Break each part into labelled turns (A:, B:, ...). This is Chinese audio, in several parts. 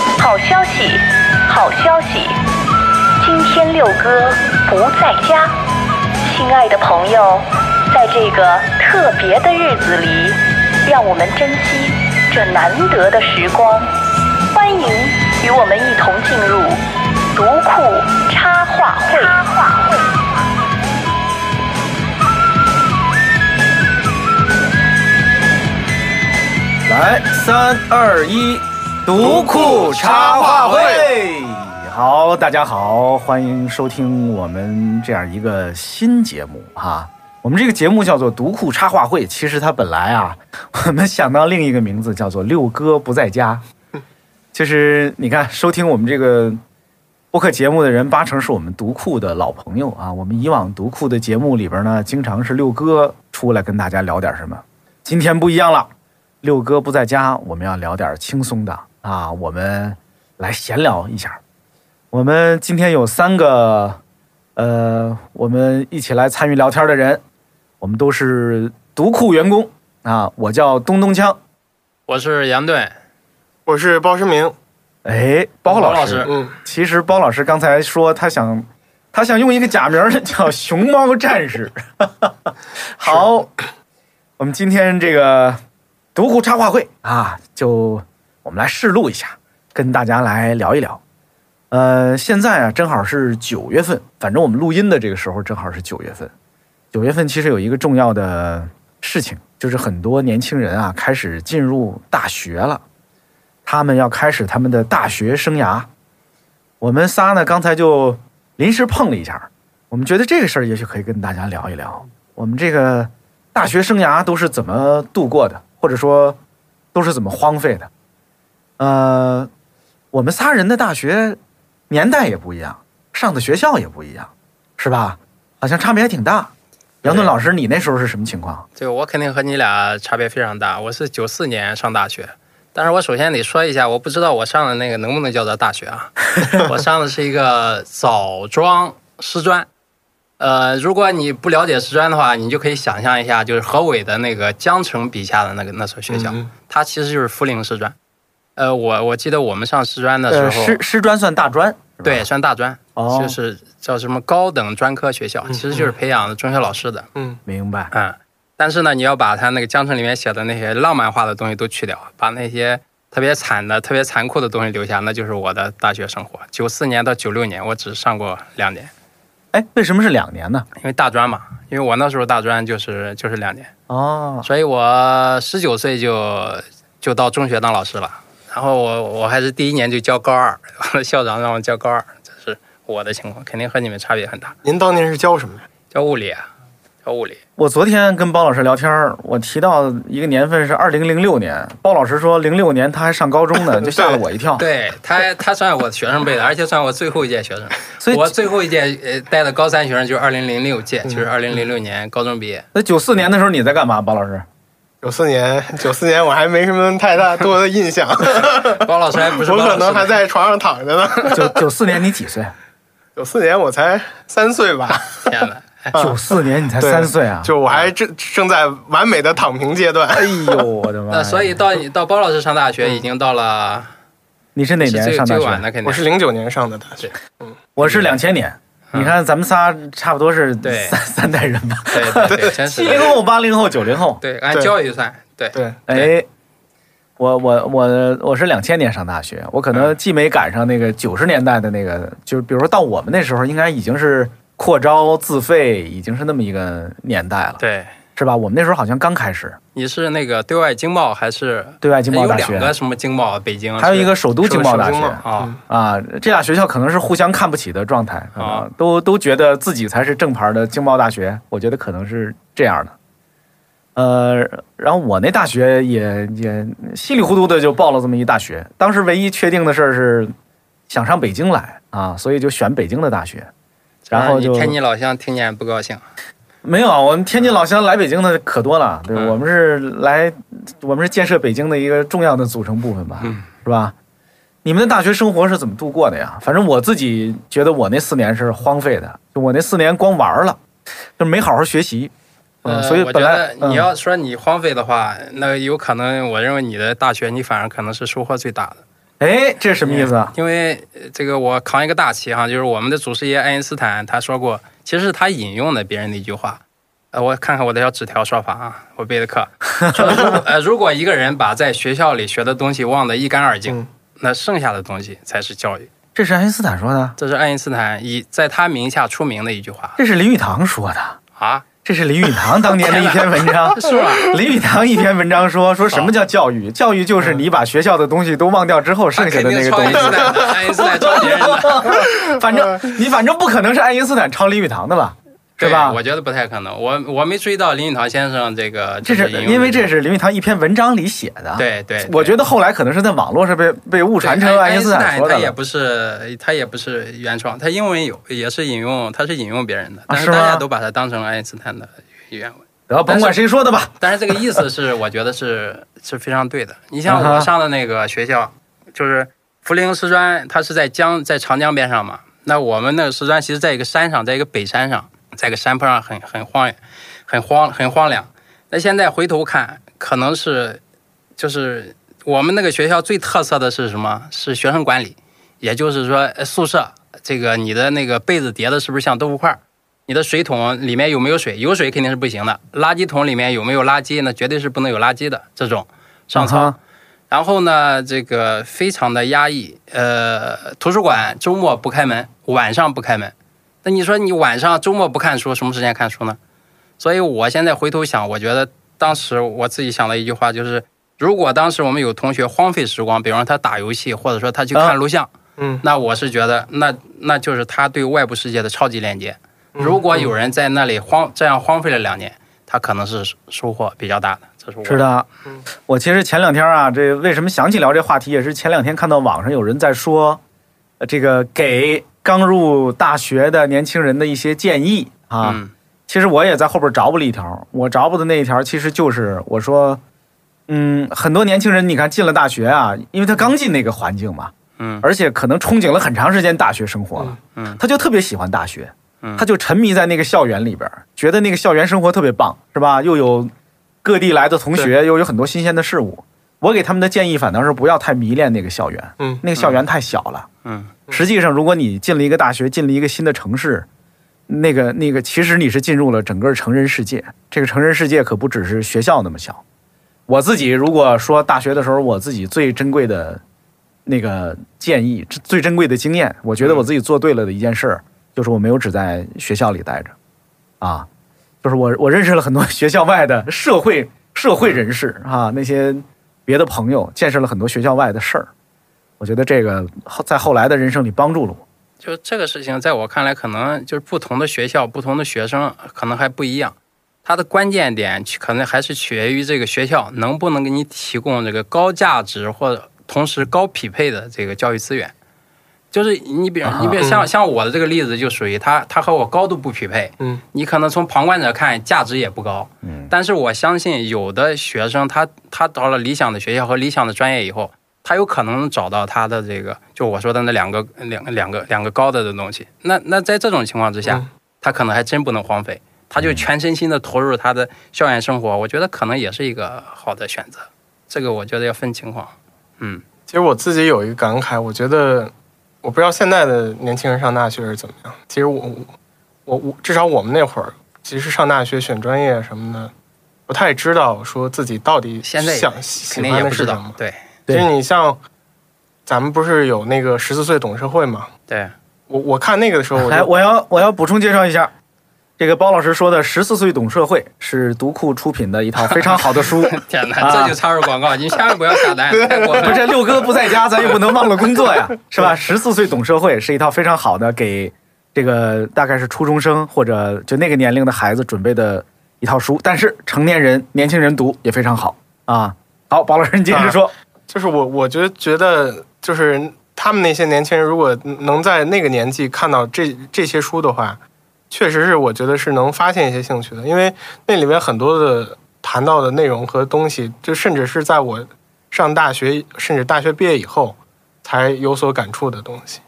A: 息，好消息，今天六哥不在家。亲爱的朋友，在这个特别的日子里，让我们珍惜这难得的时光。欢迎与我们一同进入读库插画会。插画会。
B: 来，三二一，读库插画会。好，大家好，欢迎收听我们这样一个新节目哈、我们这个节目叫做“读库插画会”，其实它本来啊，我们想到另一个名字叫做“六哥不在家”。就是你看，收听我们这个播客节目的人，八成是我们读库的老朋友啊。我们以往读库的节目里边呢，经常是六哥出来跟大家聊点什么。今天不一样了，六哥不在家，我们要聊点轻松的啊，我们来闲聊一下。我们今天有三个，呃，我们一起来参与聊天的人，我们都是读库员工啊。我叫东东锵，
C: 我是杨队，
D: 我是包世明。
B: 哎，包
C: 包老师
D: 嗯，
B: 其实包老师刚才说他想，他想用一个假名儿叫熊猫战士。 好，我们今天这个独库插画会啊，就我们来试录一下，跟大家来聊一聊。呃，现在啊，正好是九月份，反正我们录音的这个时候正好是九月份。九月份其实有一个重要的事情，就是很多年轻人啊开始进入大学了，他们要开始他们的大学生涯。我们仨呢，刚才就临时碰了一下，我们觉得这个事儿也许可以跟大家聊一聊，我们这个大学生涯都是怎么度过的，或者说都是怎么荒废的。呃，我们仨人的大学年代也不一样，上的学校也不一样，是吧？好像差别还挺大。杨顿老师，你那时候是什么情况？
C: 这个我肯定和你俩差别非常大。我是九四年上大学，但是我首先得说一下，我不知道我上的那个能不能叫做大学啊？我上的是一个枣庄师专。呃，如果你不了解师专的话，你就可以想象一下，就是何伟的那个江城笔下的那个那所学校，
D: 嗯
C: 它其实就是涪陵师专。呃，我我记得我们上师专的时候，
B: 呃，师师专算大专，是吧
C: 对，上大专，
B: 哦
C: 就是叫什么高等专科学校，其实就是培养中学老师的。
D: 嗯，
B: 明白。
C: 嗯，但是呢，你要把他那个江城里面写的那些浪漫化的东西都去掉，把那些特别惨的、特别残酷的东西留下，那就是我的大学生活。九四年到九六年，我只上过两年，
B: 哎，为什么是两年呢？
C: 因为大专嘛，因为我那时候大专就是就是两年，
B: 哦，
C: 所以我十九岁就就到中学当老师了。然后我我还是第一年就教高二， 我的校长让我教高二，这是我的情况，肯定和你们差别很大。
D: 您当年是教什么呀？
C: 教物理，啊，教物理，
B: 我昨天跟包老师聊天儿，我提到一个年份是二零零六年，包老师说零六年他还上高中 呢，就吓了我一跳。
C: 对他，他算我学生辈的，而且算我最后一届学生。
B: 所以嗯
C: 我最后一届呃带的高三学生就是二零零六届，就是二零零六年高中毕业。
B: 那九四年的时候你在干嘛，包老师？
D: 九四年，九四年我还没什么太大多的印 象，我
C: 包老师还不是包老师
D: 可能还在床上躺着呢。
B: 九九四年你几岁？
D: 九四年我才三岁吧，
C: 天 呐，哎
B: 九四年你才三岁啊！
D: 就我还正正在完美的躺平阶段。
B: 哎呦我的妈
C: 那
B: 呀！
C: 所以到你到包老师上大学已经到了
B: 你是哪
C: 是
B: 嗯年
C: 最
B: 上大
C: 最晚的
B: 学？
C: 肯定
D: 我是零九年上的大学，
B: 我是两千年。你看咱们仨差不多是
C: 嗯对
B: 三三代人吧，
C: 对对对，真是
B: 七零
C: 的
B: 后、八零后、九零后。
C: 对按
D: 对
C: 教育算对
D: 对，
B: 哎，我我我我是两千年上大学，我可
C: 嗯
B: 能既没赶上那个九十年代的那个，就是比如说到我们那时候，应该已经是扩招自费，已经是那么一个年代了，
C: 对。
B: 是吧？我们那时候好像刚开始
C: 你是那个对外经贸还是
B: 对外经贸
C: 哎有
B: 大
C: 两
B: 学，
C: 个什么经贸？北京
B: 还有一个
C: 是
B: 首都经贸大
D: 首都经
B: 学
D: 贸
C: 啊，
B: 啊，这俩学校可能是互相看不起的状态，可能
C: 啊
B: 都都觉得自己才是正牌的经贸大学，我觉得可能是这样的。呃，然后我那大学也也稀里糊涂的就报了这么一大学，当时唯一确定的事儿是想上北京来啊，所以就选北京的大学。然后
C: 啊你
B: 就
C: 天津老乡听见不高兴，
B: 没有啊，我们天津老乡来北京的可多了，对，
C: 嗯
B: 我们是来，我们是建设北京的一个重要的组成部分吧，
C: 嗯
B: 是吧？你们的大学生活是怎么度过的呀？反正我自己觉得我那四年是荒废的，就我那四年光玩了，就没好好学习，嗯，
C: 呃
B: 所以
C: 我觉
B: 本来
C: 得
B: 嗯
C: 你要说你荒废的话，那有可能，我认为你的大学你反而可能是收获最大的。
B: 哎，这是什么意思啊？
C: 因为呃这个我扛一个大旗哈，就是我们的祖师爷爱因斯坦他说过，其实是他引用的别人的一句话。呃，我看看我的小纸条说法啊，我背的课。说如 果呃，如果一个人把在学校里学的东西忘得一干二净，
D: 嗯
C: 那剩下的东西才是教育。
B: 这是爱因斯坦说的，
C: 这是爱因斯坦以在他名下出名的一句话
B: 这是林语堂说的，
C: 啊，。
B: 这是林语堂当年的一篇文章
C: 啊是 吧？
B: 林语堂一篇文章说说什么叫教育？教育就是你把学校的东西都忘掉之后，剩下的那个东
C: 嗯啊肯定抄爱因斯
B: 西。
C: 坦的，爱因斯坦抄别人的，
B: 反正你反正不可能是爱因斯坦抄林语堂的吧？ 是吧
C: 对？我觉得不太可能，我我没注意到林语堂先生这个，
B: 这
C: 就是引用
B: 因为
C: 这
B: 这
C: 个
B: 是林语堂一篇文章里写的。
C: 对对，
B: 我
C: 对
B: 觉得后来可能是在网络上被被误传成
C: 对
B: 爱因斯坦
C: 坦
B: 说的
C: 他也
B: 了。
C: 不是他也不是原创，他英文有也是引用，他是引用别人的，但
B: 啊是
C: 是
B: 吗
C: 大家都把它当成爱因斯坦的原文。
B: 然后甭管谁说的吧，
C: 但是这个意思是，我觉得是 是非常对的。你像
B: 啊哈
C: 我上的那个学校，就是涪陵师专，它是在江在长江边上嘛。那我们那个师专其实在一个山上，在一个北山上，在一个山坡上很很荒野，很荒很荒凉。那现在回头看，可能是就是我们那个学校最特色的是什么？是学生管理，也就是说呃宿舍这个你的那个被子叠的是不是像豆腐块儿？你的水桶里面有没有水？有水肯定是不行的。垃圾桶里面有没有垃圾？那绝对是不能有垃圾的。这种
B: 苍
C: 上层。然后呢，这个非常的压抑。呃，图书馆周末不开门，晚上不开门。那你说你晚上周末不看书，什么时间看书呢？所以我现在回头想，我觉得当时我自己想了一句话，就是如果当时我们有同学荒废时光，比方说他打游戏，或者说他去
B: 啊
C: 看录像，
D: 嗯，
C: 那我是觉得那那就是他对外部世界的超级链接。如果有人在那里荒这样荒废了两年，他可能是收获比较大的。这是我
B: 是的，我其实前两天啊，这为什么想起聊这话题，也是前两天看到网上有人在说，呃这个给刚入大学的年轻人的一些建议啊。
C: 嗯
B: 其实我也在后边着补了一条，我着补的那一条其实就是我说，嗯，很多年轻人你看进了大学啊，因为他刚进那个环境嘛，
C: 嗯
B: 而且可能憧憬了很长时间大学生活了，
C: 嗯嗯
B: 他就特别喜欢大学，
C: 嗯
B: 他就沉迷在那个校园里边儿，觉得那个校园生活特别棒，是吧？又有各地来的同学，又有很多新鲜的事物。我给他们的建议反倒是不要太迷恋那个校园，
D: 嗯
B: 那个校园太小了。
C: 嗯
B: 实际上，如果你进了一个大学，进了一个新的城市，那个那个，其实你是进入了整个成人世界。这个成人世界可不只是学校那么小。我自己如果说大学的时候，我自己最珍贵的那个建议，最最珍贵的经验，我觉得我自己做对了的一件事儿，就是我没有只在学校里待着，啊，就是我我认识了很多学校外的社会社会人士啊，那些别的朋友，见识了很多学校外的事儿。我觉得这个后在后来的人生里帮助了我。
C: 就这个事情，在我看来，可能就是不同的学校、不同的学生，可能还不一样。它的关键点取可能还是取决于这个学校能不能给你提供这个高价值或者同时高匹配的这个教育资源。就是你比如你比如像像我的这个例子，就属于他他和我高度不匹配。
D: 嗯，
C: 你可能从旁观者看价值也不高。嗯，但是我相信有的学生他他到了理想的学校和理想的专业以后，他有可能找到他的这个，就我说的那两个两两个两个高的的东西。那那在这种情况之下，
D: 嗯
C: 他可能还真不能荒废，他就全身心的投入他的校园生活。我觉得可能也是一个好的选择。这个我觉得要分情况。嗯
D: 其实我自己有一个感慨，我觉得我不知道现在的年轻人上大学是怎么样。其实我我我至少我们那会儿，其实上大学选专业什么的，不太知道说自己到底
C: 现在也
D: 想
C: 肯
D: 喜
C: 定
D: 欢
C: 也
D: 的
C: 不
D: 是
C: 知
D: 什么
C: 道。。对
D: 其
B: 对
D: 实你像咱们不是有那个十四岁懂社会嘛？
C: 对，
D: 我我看那个的时候，我
B: 哎，
D: 就
B: 我要我要补充介绍一下，这个包老师说的《十四岁懂社会》是读库出品的一套非常好的 书。
C: 天哪，
B: 啊
C: 这就插入广告，你千万不要下 单，太过
B: 不
C: 分
B: 是
C: 了。
B: 六哥不在家，咱也不能忘了工作呀，是吧？十四岁懂社会是一套非常好的给这个大概是初中生或者就那个年龄的孩子准备的一套书，但是成年人、年轻人读也非常好啊。好，包老师你接着
C: 啊
B: 说，
D: 就是我我觉得觉得就是他们那些年轻人，如果能在那个年纪看到这这些书的话，确实是我觉得是能发现一些兴趣的，因为那里面很多的谈到的内容和东西，就甚至是在我上大学，甚至大学毕业以后才有所感触的东西。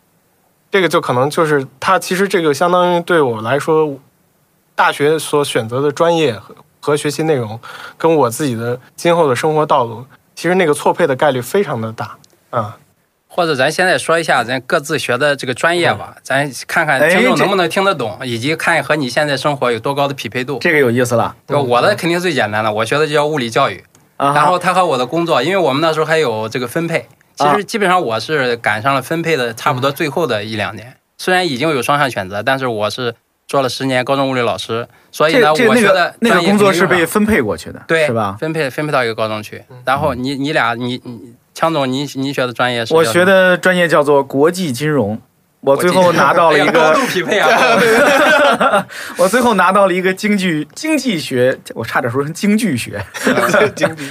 D: 这个就可能就是它，其实这个相当于对我来说，大学所选择的专业和和学习内容，跟我自己的今后的生活道路，其实那个错配的概率非常的大啊。
C: 或者咱现在说一下咱各自学的这个专业
D: 嗯
C: 吧，咱看看
B: 哎
C: 听众
B: 这
C: 能不能听得懂，以及看和你现在生活有多高的匹配度。
B: 这个有意思了
C: 对吧，
D: 嗯
C: 我的肯定最简单了，我学的就叫物理教育。
B: 啊哈。
C: 然后他和我的工作，因为我们那时候还有这个分配，其
B: 啊
C: 实基本上我是赶上了分配的差不多最后的一两
B: 嗯
C: 年。虽然已经有双向选择，但是我是做了十年高中物理老师，所以
B: 这
C: 呢，
B: 这
C: 我
B: 那
C: 学
B: 个
C: 的
B: 那个
C: 专业
B: 工作
C: 肯定
B: 是被
C: 上
B: 分配过去的，
C: 对
B: 是吧？嗯
C: 分配分配到一个高中去。然后你你俩你你强总你你学的专业是
B: 我
C: 叫
B: 学
C: 什么
B: 的专业叫做国际金融，我最
C: 国
B: 后
C: 际
B: 拿到了一
C: 哎呀 高
B: 个
C: 度，匹 配啊！
B: 我最后拿到了一个经济经济学，我差点说成经济学，
C: 啊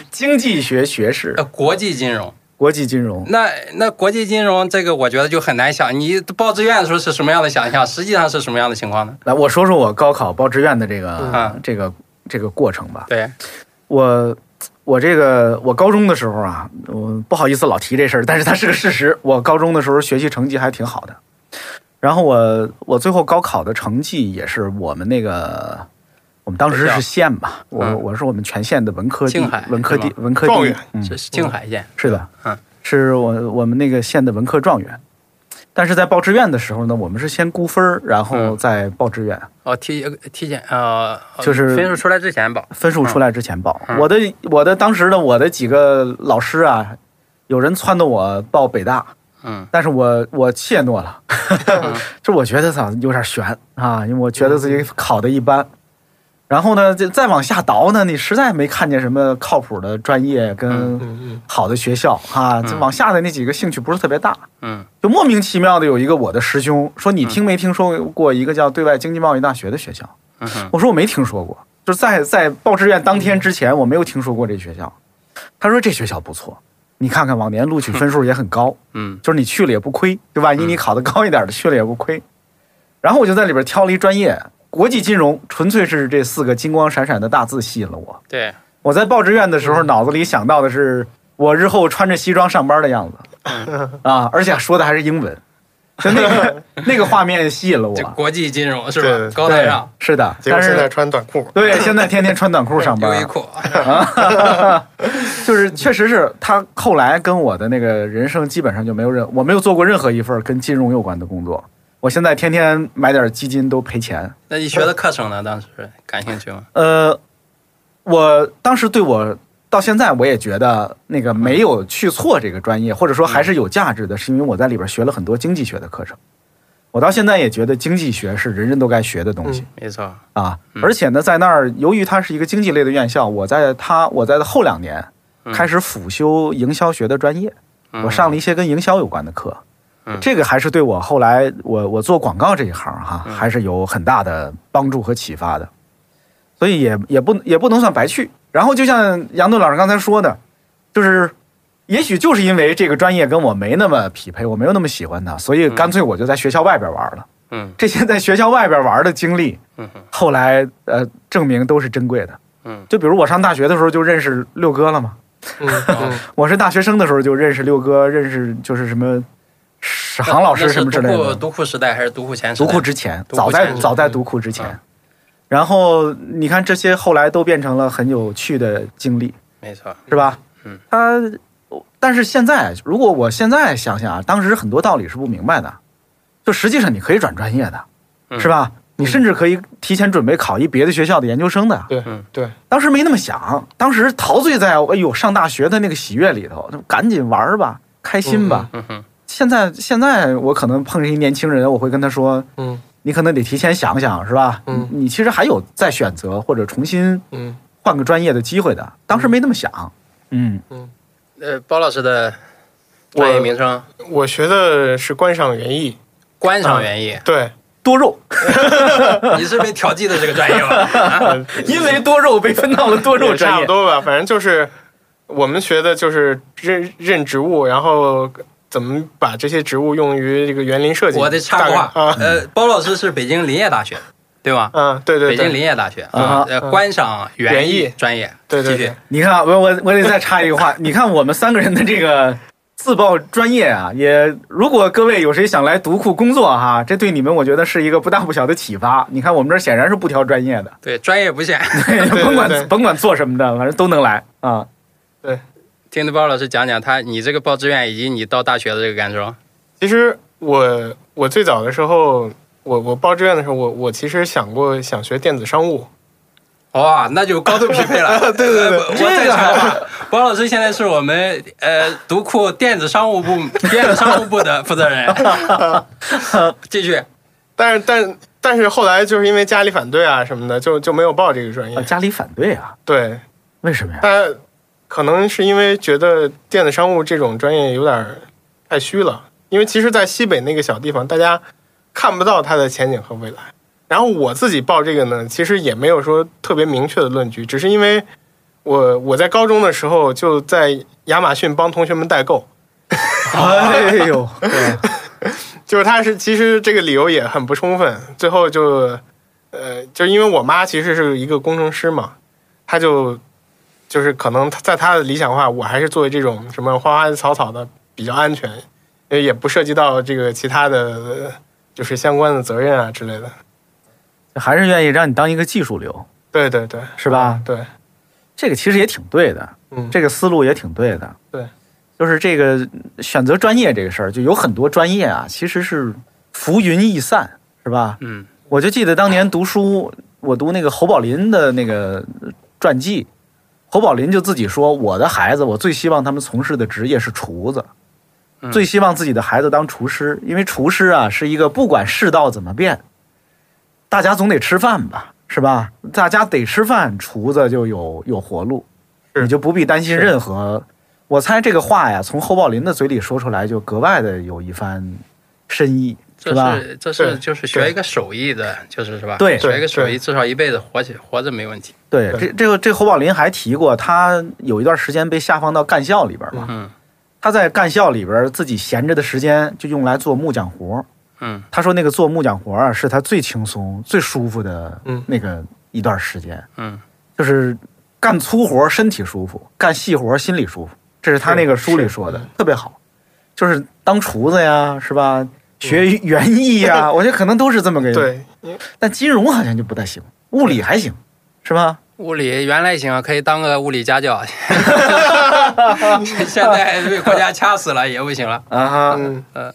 B: 经济学学士
C: 呃，国际金融，
B: 国际金融。
C: 那那国际金融这个我觉得就很难想，你报志愿的时候是什么样的想象，实际上是什么样的情况呢？
B: 来，我说说我高考报志愿的这个
C: 嗯
B: 这个这个过程吧。
C: 对，
B: 我我这个我高中的时候啊，我不好意思老提这事儿，但是它是个事实。我高中的时候学习成绩还挺好的，然后我我最后高考的成绩也是我们那个我们当时是县吧，我、
C: 嗯
B: 我是我们全县的文科第
C: 青海
B: 文科第
C: 是吗
B: 文科第
D: 状
B: 一
D: 元，
B: 嗯，
C: 是是静海县。
B: 是的，
C: 嗯，
B: 是我我们那个县的文科状元。但是在报志愿的时候呢，我们是先估分儿，然后
C: 嗯
B: 再报志愿。
C: 哦，体体检呃，
B: 就是
C: 分数出来之前吧。
B: 分数出来之前报。
C: 嗯
B: 我的我的当时的我的几个老师啊，有人撺掇我报北大，
C: 嗯
B: 但是我我怯懦了， 这我觉得操有点悬啊，因为我觉得自己考的一般。然后呢，这再往下倒呢，你实在没看见什么靠谱的专业跟
D: 嗯
B: 好的学校啊，这往下的那几个兴趣不是特别大。
C: 嗯
B: 就莫名其妙的有一个我的师兄说：“你听没听说过一个叫对外经济贸易大学的学校？”
C: 嗯哼
B: 我说我没听说过，就是在在报志愿当天之前，我没有听说过这学校。他说这学校不错，你看看往年录取分数也很高，
C: 嗯
B: 就是你去了也不亏，就万一
D: 嗯
B: 你考得高一点的去了也不亏。然后我就在里边挑了一专业，国际金融，纯粹是这四个金光闪闪的大字吸引了我。
C: 对，
B: 我在报志愿的时
D: 嗯
B: 候，脑子里想到的是我日后穿着西装上班的样子，
D: 嗯
B: 啊，而且说的还是英文，就那 个那个画面吸引了我
C: 这。国际金融是
D: 对
C: 吧？高大上，
B: 对是的，
D: 结果
B: 但
D: 现在
B: 是
D: 穿短裤，
B: 对现在天天穿短裤上 班
C: 优衣，库，
B: 就是确实是他后来跟我的那个人生基本上就没有任，我没有做过任何一份跟金融有关的工作。我现在天天买点基金都赔钱。
C: 那你学的课程呢？当时感兴趣吗？
B: 呃，我当时对我到现在我也觉得那个没有去错这个专业，或者说还是有价值的，是因为我在里边学了很多经济学的课程。我到现在也觉得经济学是人人都该学的东西。
C: 没错，
B: 啊，
C: 嗯
B: 而且呢，在那儿，由于它是一个经济类的院校，我在它我在后两年
C: 嗯
B: 开始辅修营销学的专业，
C: 嗯
B: 我上了一些跟营销有关的课，
C: 嗯
B: 这个还是对我后来我我做广告这一行哈、
C: 嗯
B: 还是有很大的帮助和启发的，所以也也不也不能算白去。然后就像杨顿老师刚才说的，就是。也许就是因为这个专业跟我没那么匹配，我没有那么喜欢它，所以干脆我就在学校外边玩了。
C: 嗯
B: 这些在学校外边玩的经历，
C: 嗯哼
B: 后来呃证明都是珍贵的。
C: 嗯
B: 就比如我上大学的时候就认识六哥了嘛，
D: 嗯嗯
B: 我是大学生的时候就认识六哥，认识就是什么史航老师
C: 那是
B: 什么之类
C: 独库
B: 的。
C: 独库时代还是独库前时
B: 读
C: 代？
B: 库之前，
C: 读库
B: 早在
C: 前
B: 早在读库之前
C: 嗯，
B: 然后你看这些后来都变成了很有趣的经历，
C: 没错，
B: 是吧？
C: 嗯，
B: 他，但是现在如果我现在想想啊，当时很多道理是不明白的，就实际上你可以转专业的，
C: 嗯
B: 是吧？你甚至可以提前准备考一别的学校的研究生的，
D: 对
C: 嗯
D: 对，
B: 当时没那么想，当时陶醉在哎呦上大学的那个喜悦里头，那赶紧玩儿吧，开心吧。
C: 嗯哼，
B: 现在现在我可能碰上一年轻人，我会跟他说，
D: 嗯
B: 你可能得提前想想，是吧？
D: 嗯
B: 你你其实还有再选择或者重新
D: 嗯
B: 换个专业的机会的，当时没那么想。嗯，
C: 呃，包老师的专业名称
D: 我学的是观赏园艺，
C: 观赏园
B: 啊
C: 艺，
D: 对，
B: 多肉，
C: 你是被调剂的这个专业 吧？啊
B: 因为多肉被分到了多肉
D: 也差
B: 专
D: 不
B: 业。
D: 多吧，反正就是我们学的就是认认植物，然后怎么把这些植物用于这个园林设计。
C: 我得插
D: 大
C: 个
D: 概
C: 话，
D: 啊，
C: 呃，包老师是北京林业大学，对吧？
D: 嗯，对对
C: 北京
D: 对，
C: 林业大学
B: 啊
C: 啊，呃，观赏园艺专业，
D: 对对
C: 继续
D: 对
B: 你看啊，我我我得再插一个话，你看我们三个人的这个自曝专业啊，也如果各位有谁想来读库工作哈、这对你们我觉得是一个不大不小的启发。你看我们这儿显然是不挑专业的，
C: 对专业不限，
B: 甭
D: 对 对
B: 管甭管做什么的，反正都能来啊。
D: 对，
C: 听包老师讲讲他你这个报志愿以及你到大学的这个感受。
D: 其实我我最早的时候，我我报志愿的时候，我我其实想过想学电子商务，
C: 哇，那就高度匹配 了。对对对，我再插话，包老师现在是我们呃读库电子商务部电子商务部的负责 人。继续，
D: 但是但但是后来就是因为家里反对啊什么的，就就没有报这个专业
B: 啊，。家里反对啊？
D: 对，
B: 为什么 呀？
D: 但可能是因为觉得电子商务这种专业有点儿太虚了，因为其实，在西北那个小地方，大家看不到它的前景和未来。然后我自己报这个呢，其实也没有说特别明确的论据，只是因为我我在高中的时候就在亚马逊帮同学们代购，
B: 哎 呦，
D: 就是他是其实这个理由也很不充分，最后就呃，就是因为我妈其实是一个工程师嘛，她就就是可能她在她的理想化，我还是作为这种什么花花草草的比较安全，因为也不涉及到这个其他的呃就是相关的责任啊之类的。
B: 还是愿意让你当一个技术流，
D: 对对对
B: 是吧？
D: 对，
B: 这个其实也挺对的，
D: 嗯，
B: 这个思路也挺对的。
D: 对，
B: 就是这个选择专业这个事儿，就有很多专业啊，其实是浮云易散，是吧？
C: 嗯，
B: 我就记得当年读书，我读那个侯宝林的那个传记，侯宝林就自己说，我的孩子，我最希望他们从事的职业是厨子。
C: 嗯
B: 最希望自己的孩子当厨师，因为厨师啊是一个不管世道怎么变，大家总得吃饭吧，是吧？大家得吃饭，厨子就有有活路，
D: 是
B: 你就不必担心任何。我猜这个话呀，从侯宝林的嘴里说出来，就格外的有一番深意，
C: 这
B: 吧？
C: 是这是
D: 对
C: 就是学一个手艺的，就是是吧？
B: 对
C: 学一个手艺，
D: 对
C: 至少一辈子活起活着没问题。
B: 对，
D: 对
B: 这这个这侯宝林还提过，他有一段时间被下放到干校里边嘛。
C: 嗯
B: 他在干校里边自己闲着的时间就用来做木匠活儿。
C: 嗯
B: 他说那个做木匠活儿啊，是他最轻松、最舒服的
D: 嗯
B: 那个一段时间，
C: 嗯，
B: 就是干粗活儿身体舒服，干细活儿心里舒服。这是他嗯那个书里说的
D: 是是，
B: 特别好。就是当厨子呀，是吧？学园艺 呀，我觉得可能都是这么个。。
D: 对，因为
B: 但金融好像就不太行，物理还行，是吧？
C: 物理原来行啊，可以当个物理家教，现在被国家掐死了也不行了。
B: 啊哈，
D: 嗯
C: 呃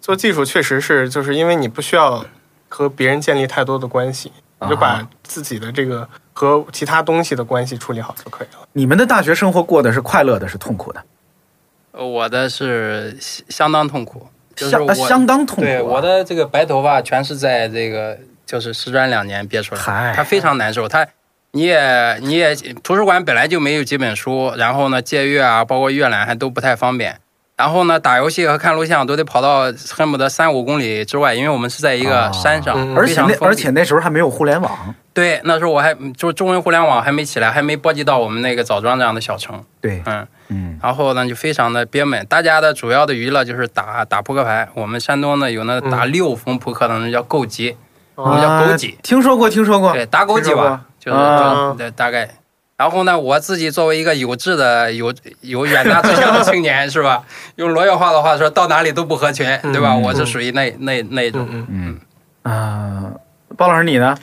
D: 做技术确实是，就是因为你不需要和别人建立太多的关系，你就
B: 啊
D: 把自己的这个和其他东西的关系处理好就可以了。
B: 你们的大学生活过的是快乐的，是痛苦的，
C: 我的是相相当痛苦，就是
B: 相
C: 我
B: 呃相当痛苦啊。
C: 对，我的这个白头发全是在这个就是师专两年憋出来
B: 嗨
C: 的，它非常难受。它你也你也图书馆本来就没有几本书，然后呢借阅啊，包括阅览还都不太方便。然后呢，打游戏和看录像都得跑到恨不得三五公里之外，因为我们是在一个山上，
D: 嗯
B: 而
C: 非
B: 且
C: 常
B: 那
C: 封
B: 而
C: 闭
B: 且那时候还没有互联网，
C: 对那时候我还嗯就中文互联网还没起来，还没波及到我们那个枣庄这样的小城，
B: 对，
C: 嗯。
B: 嗯，
C: 然后呢，就非常的憋闷。大家的主要的娱乐就是打打扑克牌。我们山东呢有那打
D: 嗯
C: 六风扑克的，那叫够级，我
D: 我
C: 们叫
B: 啊
C: 勾几，
B: 听说过，听说过，
C: 对，打狗几
B: 听说
C: 吧
B: 过，
C: 就是
B: 啊
C: 就对大概。然后呢，我自己作为一个有志的、有有远大志向的青年，是吧？用罗耀话的话说，到哪里都不合群，对吧？
B: 嗯
C: 我是属于那那那
D: 嗯
C: 种。
D: 嗯，
B: 嗯啊，包老师你呢？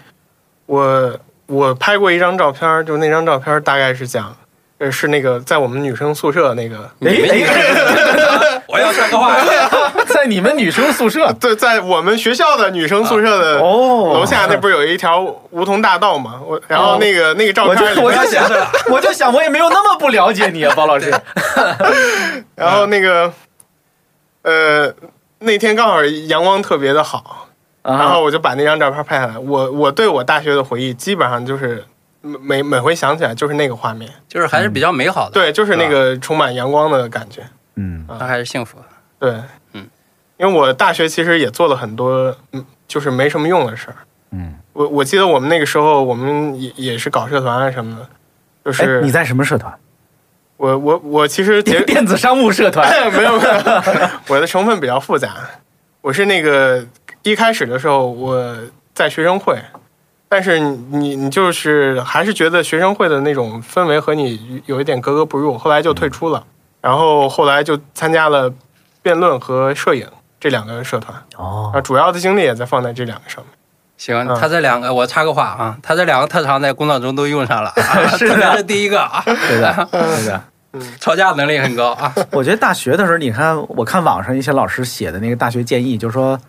D: 我我拍过一张照片儿，就那张照片儿大概是讲，呃，是那个在我们女生宿舍那个，
B: 哎哎，
C: 我要说个话，
B: 嗯 在你们女生宿舍
D: 对，在我们学校的女生宿舍的
B: 哦，
D: 楼下那不是有一条梧桐大道嘛？我然后那个那个照
B: 我
D: 片
B: 就
D: 儿里
B: 我
D: 面
B: 就想， 我就想，我也没有那么不了解 你啊，包老师。
D: 然后那个，呃，那天刚好阳光特别的好，然
B: 啊
D: 后，我就把那张照片拍下来。我我对我大学的回忆，基本上就是每每回想起来就是那个画面，
C: 就是还是比较美好的，
D: 对，
B: 啊
D: 就是那个充满阳光的感觉，
B: 嗯，
C: 那还是幸福的。
D: 对，
C: 嗯，
D: 因为我大学其实也做了很多，嗯，就是没什么用的事儿。
B: 嗯，
D: 我我记得我们那个时候，我们也也是搞社团啊什么的，就
B: 哎
D: 是，
B: 你在什么社团？
D: 我我我其实结
B: 电 电子商务社团。
D: 没有没有，我的成分比较复杂。我是那个一开始的时候我在学生会，但是你你你就是还是觉得学生会的那种氛围和你有一点格格不入，后来就退出了，然后后来就参加了辩论和摄影这两个社团，
B: 哦
D: 啊，，主要的精力也在放在这两个上面。
C: 行，
D: 嗯
C: 他这两个我插个话啊，他这两个特长在工作中都用上了，啊
B: 嗯 是的
C: 特别是第一个啊，
B: 对的，对的。
C: 吵架能力很高啊。
B: 我觉得大学的时候，你看，我看网上一些老师写的那个大学建议，就是说，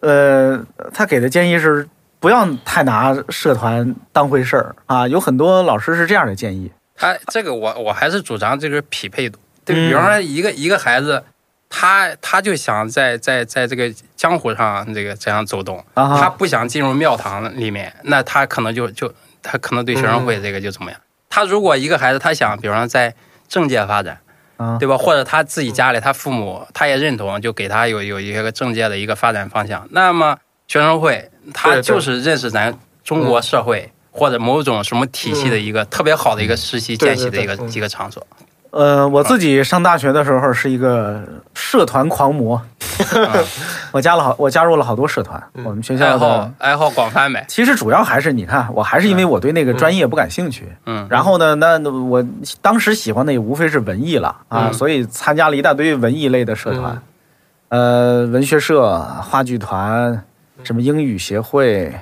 B: 呃，他给的建议是不要太拿社团当回事儿啊。有很多老师是这样的建议，
C: 他哎这个我我还是主张这个匹配度。对，
B: 嗯
C: 比方说一个、一个孩子，他他就想在在在这个江湖上这个这样走动，
B: 啊哈
C: 他不想进入庙堂里面，那他可能就就他可能对学生
B: 嗯
C: 会这个就怎么样。他如果一个孩子他想，比方说在政界发展，
B: 啊
C: 对吧？或者他自己家里他父母他也认同，就给他有有一个政界的一个发展方向。那么学生会
D: 对
C: 他
D: 对
C: 就是认识咱中国社
B: 嗯
C: 会或者某种什么体系的一个特别好的一个实习
D: 对
C: 见习的
D: 对
C: 一个
D: 对嗯
C: 一个场所。
B: 呃，我自己上大学的时候是一个社团狂 魔， 我加了好，我加入了好多社团。我们学
C: 嗯爱
B: 校
C: 好嗯
B: 的
C: 爱好广泛呗，
B: 其实主要还是你看，我还是因为我对那个专业不感兴趣。
C: 嗯，
B: 然后呢，那那我当时喜欢的也无非是文艺了啊，
C: 嗯
B: 所以参加了一大堆文艺类的社团，呃，文学社、话剧团，什么英语协会，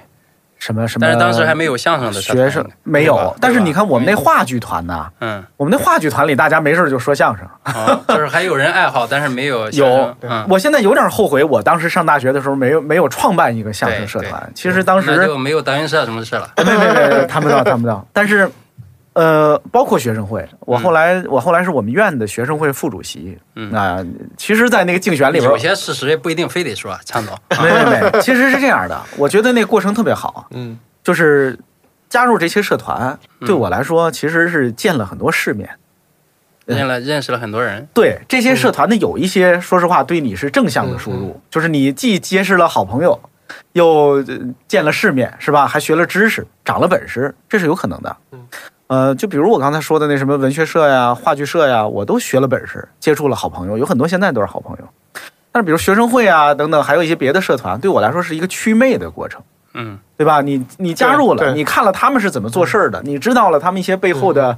B: 什么什么。
C: 嗯但是当时还没有相声的社团
B: 学生没
C: 对
B: 有
C: 吧，
B: 但是你看我们那
C: 对吧
B: 话剧团呐，
C: 嗯，
B: 我们那话剧团里大家没事儿就说相声。
C: 哦就是还有人爱好，但是没有相
B: 有
C: 声，嗯，
B: 我现在有点后悔，我当时上大学的时候没有没有创办一个相声社团。其实当时
C: 那就没有德云社什么事了。
B: 没没没没谈不到谈不到，但是。呃，包括学生会，我后来、我后来是我们院的学生会副主席。
C: 嗯
B: 那、其实，在那个竞选里边
C: 有，些事实也不一定非得说，强 总，
B: 没没没，其实是这样的，我觉得那个过程特别好，
D: 嗯
B: 就是加入这些社团，
C: 嗯
B: 对我来说其实是见了很多世面。
C: 认了认识了很多人，
B: 对这些社团呢，有一些说实话对你是正向的输入，就是你既结识了好朋友，又呃见了世面，是吧？还学了知识，长了本事，这是有可能的
D: 嗯。
B: 呃，就比如我刚才说的那什么文学社呀、话剧社呀，我都学了本事，接触了好朋友，有很多现在都是好朋友。但是比如学生会啊等等，还有一些别的社团，对我来说是一个祛魅的过程。
C: 嗯，
B: 对吧？你你加入
D: 对
B: 了，
D: 对嗯
B: 你看了他们是怎么做事儿的，你知道了他们一些背后的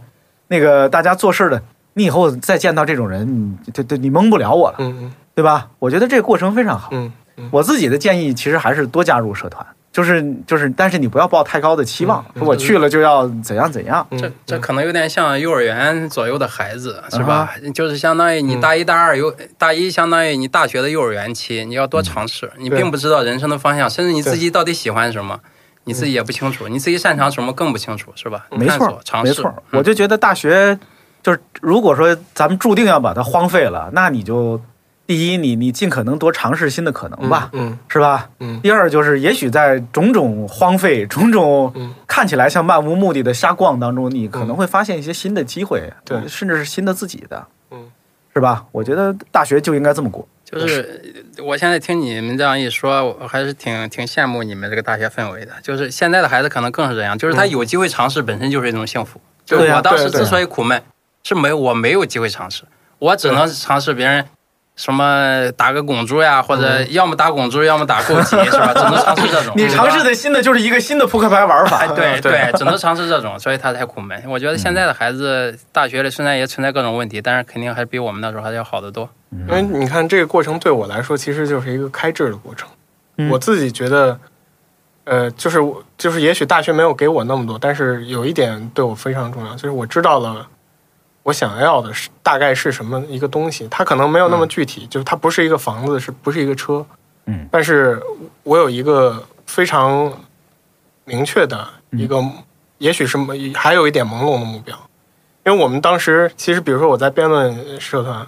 B: 那个大家做事儿的，你以后再见到这种人，你对对，你蒙不了我了，
D: 嗯
B: 对吧？我觉得这个过程非常好。
D: 嗯嗯
B: 我自己的建议其实还是多加入社团，就是就是，但是你不要抱太高的期望，
D: 嗯
B: 说我去了就要怎样怎样。
D: 嗯，
C: 这这可能有点像幼儿园左右的孩子，是
B: 啊
C: 吧？ 就是相当于你
D: 嗯
C: 大一、大二有大一，相当于你大学的幼儿园期，你要
B: 嗯
C: 多尝试，你
D: 对
C: 并不知道人生的方向，甚至你
D: 对
C: 自己到底喜欢什么，你自己也不清楚，你自己擅长什么更不清楚，是
D: 嗯
C: 吧？
B: 嗯没
C: 探
B: 错
C: 索
B: 儿，
C: 尝
B: 没
C: 试嗯
B: 错儿，，我就觉得大学就是，如果说咱们注定要把它荒废了，那你就第一，你你尽可能多尝试新的可能吧，
D: 嗯
B: 是吧？
D: 嗯
B: 第二就是，也许在种种荒废、种种
D: 嗯
B: 看起来像漫无目的的瞎逛当中，你可能会发现一些新的机会，
D: 对
B: 甚至是新的自己的，
D: 嗯
B: 是吧？我觉得大学就应该这么过。
C: 就是我现在听你们这样一说，我还是挺挺羡慕你们这个大学氛围的。就是现在的孩子可能更是这样，就是
B: 嗯
C: 他有机会尝试本身就是一种幸福。就是
B: 对啊呀
C: 我当时
D: 对对
C: 之所以苦闷，是没我没有机会尝试，我只能尝试别人什么打个拱猪呀，或者要么打拱猪，要么打枸杞，是吧？只能尝试这种。
B: 嗯你尝试
C: 是吧。
B: 的新的就是一个新的扑克牌玩
C: 哎，
B: 法，
C: 对
D: 对
C: 对，只能尝试这种，所以他才苦闷。我觉得
B: 嗯
C: 现在的孩子，大学里虽然也存在各种问题，但是肯定还比我们那时候还要好得多。
B: 嗯
D: 因为你看这个过程对我来说，其实就是一个开智的过程。
B: 嗯
D: 我自己觉得，呃，就是我就是，也许大学没有给我那么多，但是有一点对我非常重要，就是我知道了我想要的是大概是什么一个东西。它可能没有那么具体，就是它不是一个房子，是不是一个车？
B: 嗯，
D: 但是我有一个非常明确的一个，
B: 嗯
D: 也许是朦还有一点朦胧的目标。因为我们当时其实，比如说我在辩论社团，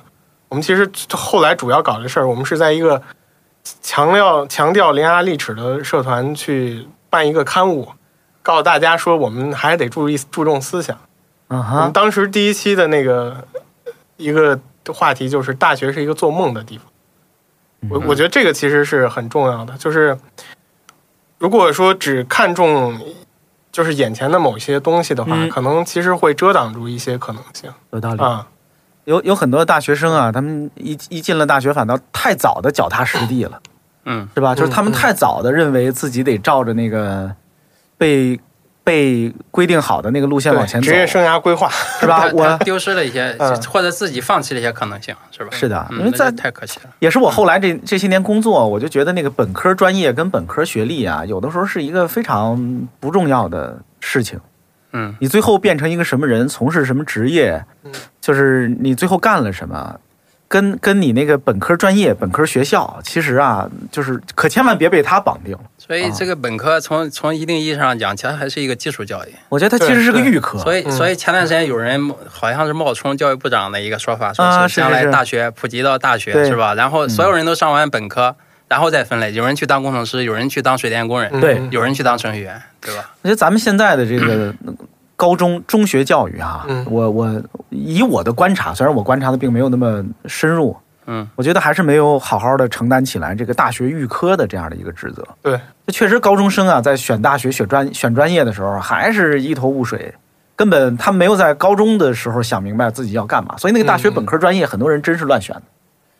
D: 我们其实后来主要搞的事儿，我们是在一个强调强调伶牙俐齿的社团去办一个刊物，告诉大家说我们还得注意注重思想。
B: 嗯
D: 我们
B: 哈，
D: 当时第一期的那个一个话题就是大学是一个做梦的地方。
B: 嗯
D: 我我觉得这个其实是很重要的，就是如果说只看重就是眼前的某些东西的话，
B: 嗯
D: 可能其实会遮挡住一些可能性
B: 有道理。
D: 啊。
B: 有有很多大学生啊，他们一一进了大学，反倒太早的脚踏实地了，
C: 嗯，
B: 是吧？就是他们
D: 嗯
B: 太早的认为自己得照着那个被被规定好的那个路线往前
D: 对，
B: 走，
D: 职业生涯规划，
B: 是吧
C: 他？
B: 啊我
C: 他丢失了一些，
D: 嗯
C: 或者自己放弃了一些可能性，是吧？
B: 是的
C: 嗯
B: 因为
C: 那就
B: 在
C: 太可惜了。
B: 也是我后来这这些年工作，我就觉得那个本科专业跟本科学历啊，有的时候是一个非常不重要的事情。
C: 嗯
B: 你最后变成一个什么人，从事什么职业，就是你最后干了什么，跟跟你那个本科专业、本科学校，其实啊，就是可千万别被它绑定。
C: 所以这个本科从从一定意义上讲，其实还是一个基础教育。
B: 我觉得它其实是个预科。
C: 所以，所以前段时间有人好像是冒充教育部长的一个说法，说
B: 啊是
C: 将
B: 是
C: 来
B: 是
C: 大学普及到大学
B: 对
C: 是吧？然后所有人都上完本科，然后再分类，有人去当工程师，有人去当水电工人，
B: 对
D: 嗯
C: 有人去当程序员，对吧？
B: 我觉得咱们现在的这个高中、中学教育啊，
D: 嗯
B: 我我以我的观察，虽然我观察的并没有那么深入，
C: 嗯，
B: 我觉得还是没有好好的承担起来这个大学预科的这样的一个职责。
D: 对，
B: 这确实，高中生啊，在选大学、选专、选专业的时候，还是一头雾水，根本他没有在高中的时候想明白自己要干嘛。所以那个大学
D: 嗯
B: 本科专业，很多人真是乱选的。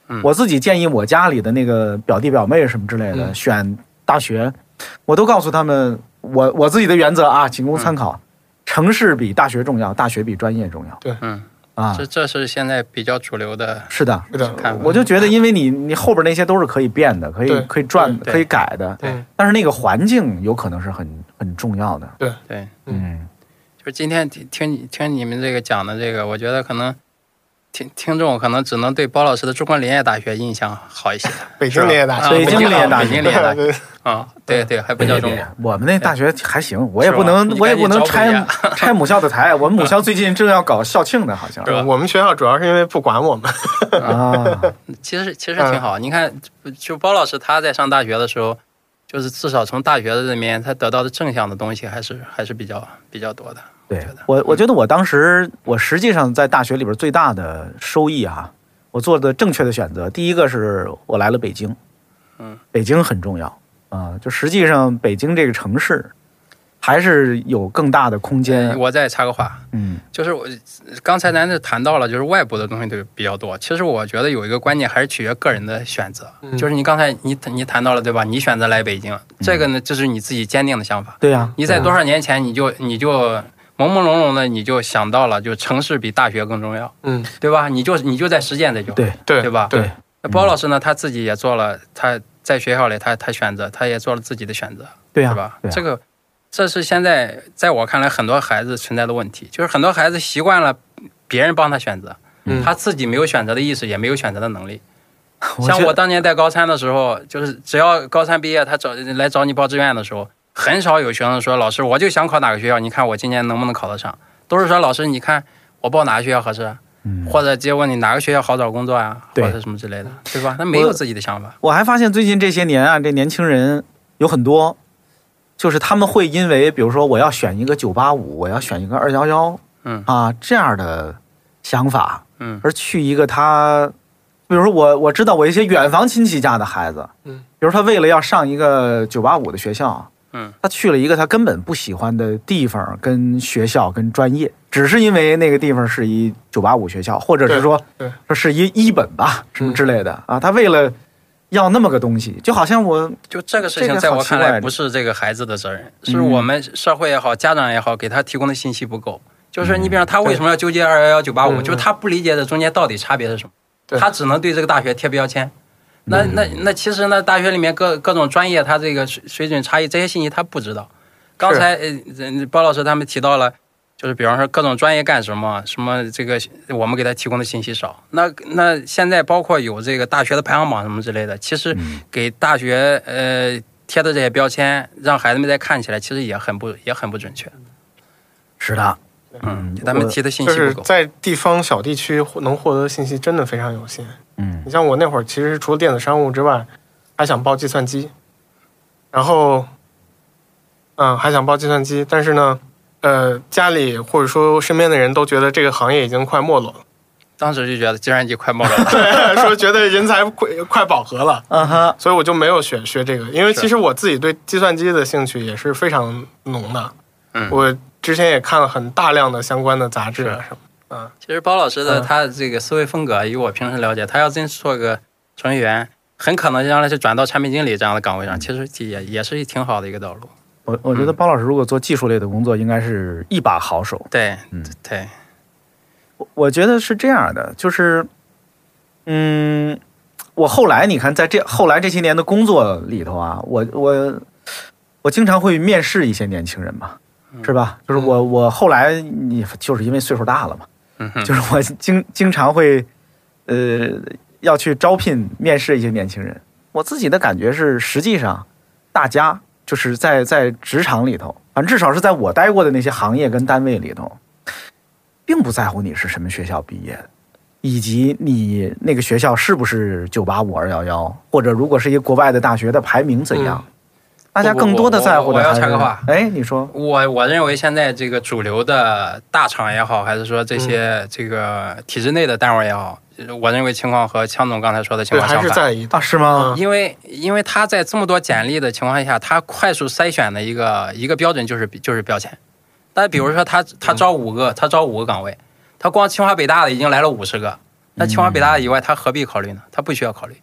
C: 嗯
B: 我自己建议我家里的那个表弟表妹什么之类的、
D: 嗯
B: 选大学，我都告诉他们我我自己的原则啊，仅供参考。城市比大学重要，大学比专业重要
C: 嗯，
B: 啊
C: 这。这是现在比较主流的
B: 是的，
D: 是的，
C: 看法。
B: 我就觉得，因为你你后边那些都是可以变的，可以
D: 对
B: 可以转的，
C: 对
B: 可以改的，
D: 对
B: 但是那个环境有可能是很很重要的。
C: 对，
B: 嗯，
C: 就是今天听听你听你们这个讲的这个，我觉得可能听听众可能只能对包老师的中国林业大学印象好一些。
D: 北京林业大
C: 啊
D: 学，
B: 北京林业大学
C: 北京林业大学
D: 对
C: 啊，对对，还不叫中国。
B: 我们那大学还行，我也
C: 是吧
B: 不能
C: 你赶紧
B: 我也不能
C: 找补一
B: 拆
C: 下
B: 拆母校的台。我们母校最近正要搞校庆呢，好 像
C: 是吧
D: 嗯我们学校主要是因为不管我们，
B: 啊，
C: 其实其实挺好。你看，就包老师他在上大学的时候，就是至少从大学的里面，他得到的正向的东西还是还是比较比较多的。
B: 对我我觉得我当时我实际上在大学里边最大的收益啊，我做的正确的选择，第一个是我来了北京，
C: 嗯，
B: 北京很重要啊，就实际上北京这个城市还是有更大的空间，
C: 哎我再插个话，
B: 嗯
C: 就是我刚才咱是谈到了，就是外部的东西都比较多。其实我觉得有一个关键还是取决个人的选择，
D: 嗯
C: 就是你刚才你你谈到了对吧？你选择来北京，这个呢就是你自己坚定的想法。
B: 对啊呀、
C: 你在多少年前你就你就朦朦胧胧的你就想到了，就城市比大学更重要，
D: 嗯，
C: 对吧？你就你就在实践这句话。
B: 对
D: 对
C: 对吧
D: 对，
C: 那包
B: 嗯
C: 老师呢，他自己也做了，他在学校里他他选择，他也做了自己的选择，
B: 对啊呀、
C: 是吧？
B: 对呀、
C: 这个这是现在在我看来很多孩子存在的问题，就是很多孩子习惯了别人帮他选择，
D: 嗯
C: 他自己没有选择的意识，也没有选择的能力。
B: 觉
C: 像
B: 得
C: 我当年在高三的时候，就是只要高三毕业，他找来找你报志愿的时候，很少有学生说老师我就想考哪个学校，你看我今年能不能考得上？都是说老师你看我报哪个学校合适啊？
B: 嗯
C: 或者直接问你哪个学校好找工作呀、
B: 对
C: 或者什么之类的，对吧？他没有自己的想法，
B: 我还发现最近这些年啊，这年轻人有很多，就是他们会因为，比如说我要选一个九八五，我要选一个二幺幺，
C: 嗯
B: 啊这样的想法，
C: 嗯
B: 而去一个他，比如说我我知道我一些远房亲戚家的孩子，
D: 嗯，
B: 比如他为了要上一个九八五的学校，
C: 嗯，
B: 他去了一个他根本不喜欢的地方、跟学校、跟专业，只是因为那个地方是一九八五学校，或者是说
D: 对嗯对
B: 说是一一本吧，什么之类的、啊。他为了要那么个东西，就好像我
C: 就这个事
B: 这
C: 情
B: 个
C: 在我
B: 好奇
C: 看
B: 怪
C: 来不是这个孩子的责任，是我们社会也好，家长也好，给他提供的信息不够。就是说你比方他为什么要纠结二幺幺九八五，
D: 嗯
C: 就是他不理解的中间到底差别是什么，
D: 对
C: 他只能对这嗯个大学贴标签。那那那其实呢，大学里面各各种专业，它这个水水准差异这些信息他不知道。刚才呃呃包老师他们提到了，就是比方说各种专业干什么，什么这个我们给他提供的信息少。那那现在包括有这个大学的排行榜什么之类的，其实
D: 嗯
C: 给大学呃贴的这些标签，让孩子们再看起来其实也很不也很不准确。
B: 是的，
C: 嗯，咱们提的信
D: 就
C: 息
D: 是
C: 不够。
D: 在地方小地区获能获得的信息真的非常有限。
B: 嗯
D: 你像我那会儿，其实除了电子商务之外，还想报计算机，然后，嗯，还想报计算机，但是呢，呃，家里或者说身边的人都觉得这个行业已经快没落
C: 当时就觉得计算机快冒了。
D: 了，说觉得人才快快饱和了，
B: 嗯哼，
D: 所以我就没有学学这个，因为其实我自己对计算机的兴趣也是非常浓的，
C: 嗯
D: 我之前也看了很大量的相关的杂志啊什么的，
C: 其实包老师的
D: 嗯
C: 他这个思维风格，以我平时了解，他要真做个程序员，很可能将来是转到产品经理这样的岗
D: 嗯
C: 位上，其实也也是挺好的一个道路。
B: 我我觉得包老师如果做技术类的工作，应该是一把好手。
C: 对，
B: 嗯
C: 对，
B: 我我觉得是这样的，就是，嗯，我后来你看，在这后来这些年的工作里头啊，我我我经常会面试一些年轻人嘛，是吧？就是我我后来你就是因为岁数大了嘛，
C: 嗯哼，
B: 就是我经经常会，呃，要去招聘面试一些年轻人。我自己的感觉是，实际上大家就是在在职场里头，反正至少是在我待过的那些行业跟单位里头，并不在乎你是什么学校毕业的，以及你那个学校是不是九八五二幺幺，或者如果是一个国外的大学的排名怎样。大家更多的在乎的
C: 嗯我我我
B: 还
C: 要
B: 是
C: 插个话
B: 哎，你说，
C: 我我认为现在这个主流的大厂也好，还是
D: 嗯
C: 说这些这个体制内的单位也好，我认为情况和强总刚才说的情
D: 对，
C: 况
D: 还
C: 相
D: 是
C: 反。
D: 在嗯意的。
B: 啊，是吗？
C: 因为因为他在这么多简历的情况下，他快速筛选的一个一个标准就是就是标签。但比如说
D: 嗯
C: 他他招五个，他招五个岗位，他光清华北大的已经来了五十个，那清华北
D: 嗯
C: 大以外，他何必考虑呢？他不需要考虑，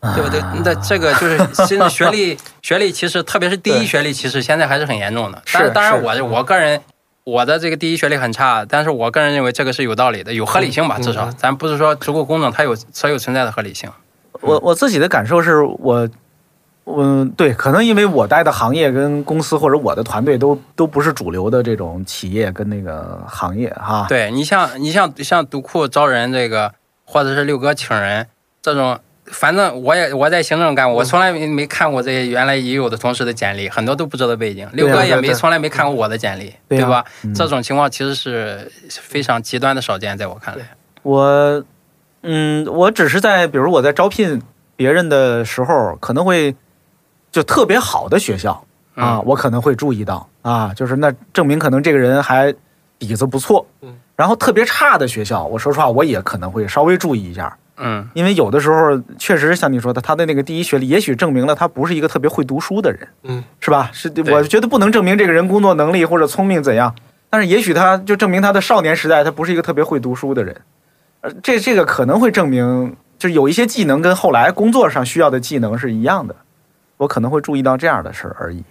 C: 对不
D: 啊
C: 对？那这个 就是甚至学历学历歧视，特别是第一
D: 对
C: 学历歧视，现在还是很严重的。
D: 是
C: 但当然
D: 是
C: 我，我个人。我的这个第一学历很差，但是我个人认为这个是有道理的，有合理性吧，
D: 嗯
C: 至少
D: 嗯
C: 咱不是说足够工整，它有所有存在的合理性。嗯
B: 我我自己的感受是我，嗯，对，可能因为我待的行业跟公司或者我的团队都都不是主流的这种企业跟那个行业哈。
C: 对你像你像像读库招人这个，或者是六哥请人这种，反正我也我在行政干过，我从来没没看过这些原来已有的同事的简历，很多都不知道背景，六哥也
D: 对
C: 没
D: 对
C: 从来没看过我的简历，
B: 对啊
C: 吧？
B: 嗯
C: 这种情况其实是非常极端的少见，在我看来，
B: 我，嗯，我只是在比如我在招聘别人的时候，可能会就特别好的学校啊，
C: 嗯
B: 我可能会注意到啊，就是那证明可能这个人还底子不错
D: 嗯。
B: 然后特别差的学校，我说实话，我也可能会稍微注意一下。
C: 嗯
B: 因为有的时候确实像你说的，他的那个第一学历，也许证明了他不是一个特别会读书的人，
D: 嗯，
B: 是吧？是，我觉得不能证明这个人工作能力或者聪明怎样，但是也许他就证明他的少年时代他不是一个特别会读书的人，呃，这这个可能会证明，就是有一些技能跟后来工作上需要的技能是一样的，我可能会注意到这样的事儿而已。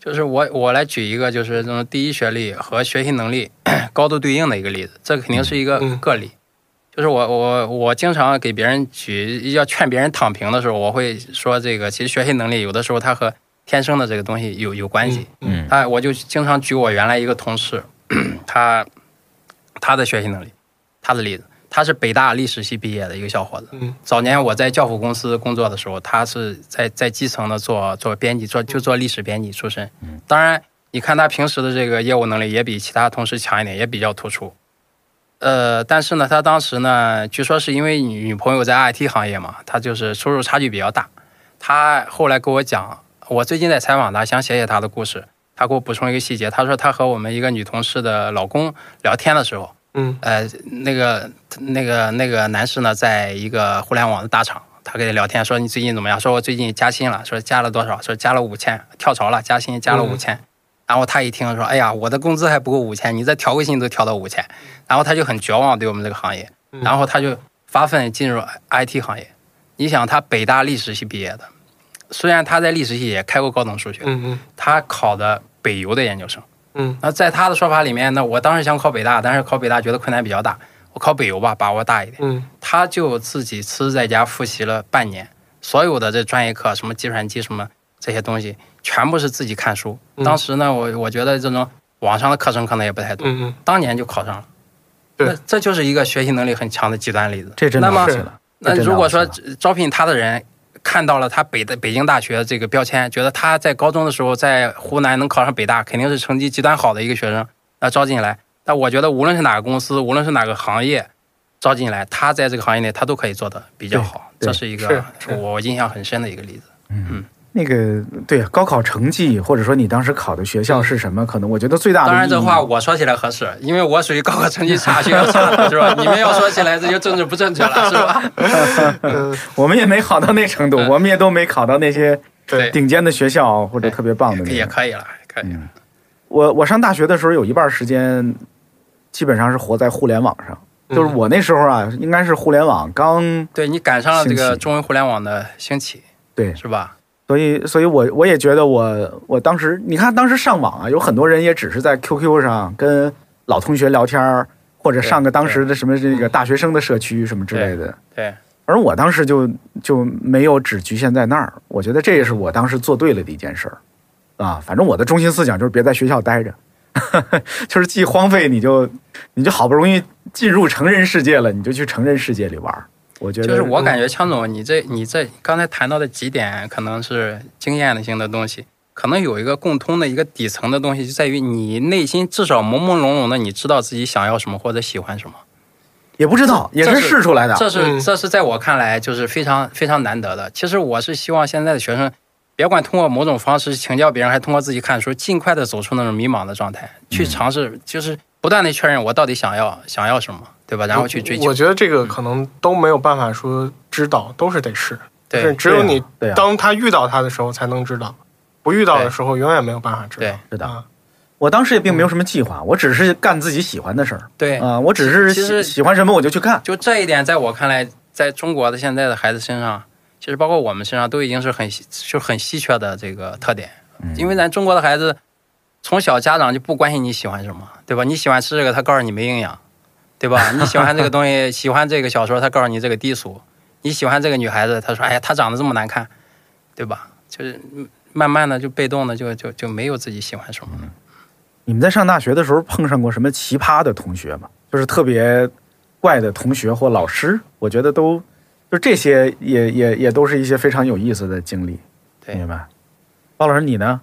C: 就是我我来举一个就是这种第一学历和学习能力 高度对应的一个例子，这肯定是一个
D: 嗯
C: 个例。就是我我我经常给别人举要劝别人躺平的时候，我会说这个其实学习能力有的时候它和天生的这个东西有有关系。
D: 嗯
B: 嗯
C: 他我就经常举我原来一个同事， 他他的学习能力，他的例子，他是北大历史系毕业的一个小伙子。
D: 嗯
C: 早年我在教辅公司工作的时候，他是在在基层的做做编辑，做就做历史编辑出身。当然，你看他平时的这个业务能力也比其他同事强一点，也比较突出。呃，但是呢，他当时呢，据说是因为女女朋友在 IT 行业嘛，他就是收入差距比较大。他后来跟我讲，我最近在采访他，想写写他的故事。他给我补充一个细节，他说他和我们一个女同事的老公聊天的时候，
D: 嗯
C: 呃，那个那个那个男士呢，在一个互联网的大厂，他跟他聊天说你最近怎么样？说我最近加薪了，说加了多少？说加了五千，跳槽了，加薪加了
D: 嗯
C: 五千。然后他一听说，哎呀，我的工资还不够五千，你再调个薪都调到五千，然后他就很绝望对我们这个行业，
D: 嗯
C: 然后他就发奋进入 IT 行业。你想，他北大历史系毕业的，虽然他在历史系也开过高等数学，
D: 嗯嗯
C: 他考的北邮的研究生。
D: 嗯
C: 那在他的说法里面呢，我当时想考北大，但是考北大觉得困难比较大，我考北邮吧，把握大一点。
D: 嗯
C: 他就自己私在家复习了半年，所有的这专业课，什么计算机什么这些东西，全部是自己看书。
D: 嗯
C: 当时呢，我我觉得这种网上的课程可能也不太多，
D: 嗯嗯，
C: 当年就考上了。
D: 对
C: 那这就是一个学习能力很强的极端例子。
B: 这真
C: 那
B: 的
C: 么
B: 是了。
C: 那
B: 这真的
C: 如果
B: 好奇
C: 说
B: 了
C: 呃招聘他的人看到了他北的北京大学这个标签，觉得他在高中的时候在湖南能考上北大，肯定是成绩极端好的一个学生，那招进来。但我觉得无论是哪个公司，无论是哪个行业，招进来，他在这个行业内他都可以做的比较好。
B: 对对
C: 这是一个
D: 是是
C: 我印象很深的一个例子。
B: 那个对高考成绩，或者说你当时考的学校是什么，可能我觉得最大的
C: 当然，
B: 意
C: 这
B: 义
C: 话我说起来合适，因为我属于高考成绩差，学校差的是吧？你们要说起来，这就政治不正确了，是吧？
D: 呃
B: 我们也没好到那程度，
C: 嗯
B: 我们也都没考到那些
C: 对，
B: 顶尖的学校或者特别棒的那
C: 也
B: 种。嗯
C: 可以了，可以了。啊
B: 我我上大学的时候有一半时间，基本上是活在互联网上，
C: 嗯
B: 就是我那时候啊，应该是互联网刚
C: 对你赶上了这
B: 兴
C: 个
B: 起
C: 中文互联网的兴起，
B: 对，
C: 是吧？
B: 所以所以我我也觉得我我当时你看当时上网啊，有很多人也只是在 QQ 上跟老同学聊天儿，或者上个当时的什么这个大学生的社区什么之类的。
C: 对，
B: 而我当时就就没有只局限在那儿，我觉得这也是我当时做对了的一件事儿，啊，反正我的中心思想就是别在学校待着， 就是既荒废你就你就好不容易进入成人世界了，你就去成人世界里玩儿。我觉得
C: 就是我感觉枪总，你这你这刚才谈到的几点，可能是经验性的东西，可能有一个共通的一个底层的东西，就在于你内心至少朦朦胧胧的，你知道自己想要什么或者喜欢什么。
B: 也不知道，也
C: 这
B: 是啊
C: 是
B: 试出来的。
C: 这是
D: 嗯
C: 这是在我看来就是非常非常难得的。其实我是希望现在的学生，别管通过某种方式请教别人，还通过自己看书，尽快的走出那种迷茫的状态，去尝试，就是不断的确认我到底想要想要什么，对吧？然后去追
D: 我
C: 求。
D: 觉得这个可能都没有办法说知道，都是得试。就是
C: 对啊
D: 只有
B: 对呀啊
D: 你
B: 对呀
D: 当他遇到他的时候才能知道，不遇到的时候永远没有办法知
C: 对
D: 道。
B: 是的
D: 啊，
B: 我当时也并没有什么计划，我只是干自己喜欢的事儿
C: 对
B: 啊、我只是
C: 其实
B: 喜喜欢什么我就去干。
C: 就这一点，在我看来，在中国的现在的孩子身上，其实包括我们身上，都已经是很稀就很稀缺的这个特点。
D: 嗯
C: 因为咱中国的孩子，从小家长就不关心你喜欢什么，对吧？你喜欢吃这个，他告诉你没营养，对吧？你喜欢这个东西，喜欢这个小说，他告诉你这个低俗；你喜欢这个女孩子，他说哎呀，她长得这么难看，对吧？就是嗯慢慢的就被动的就就就没有自己喜欢什么了。
D: 嗯
B: 你们在上大学的时候碰上过什么奇葩的同学吗？就是特别怪的同学或老师，我觉得都就这些也也也都是一些非常有意思的经历，
C: 对
B: 明白？包老师你呢？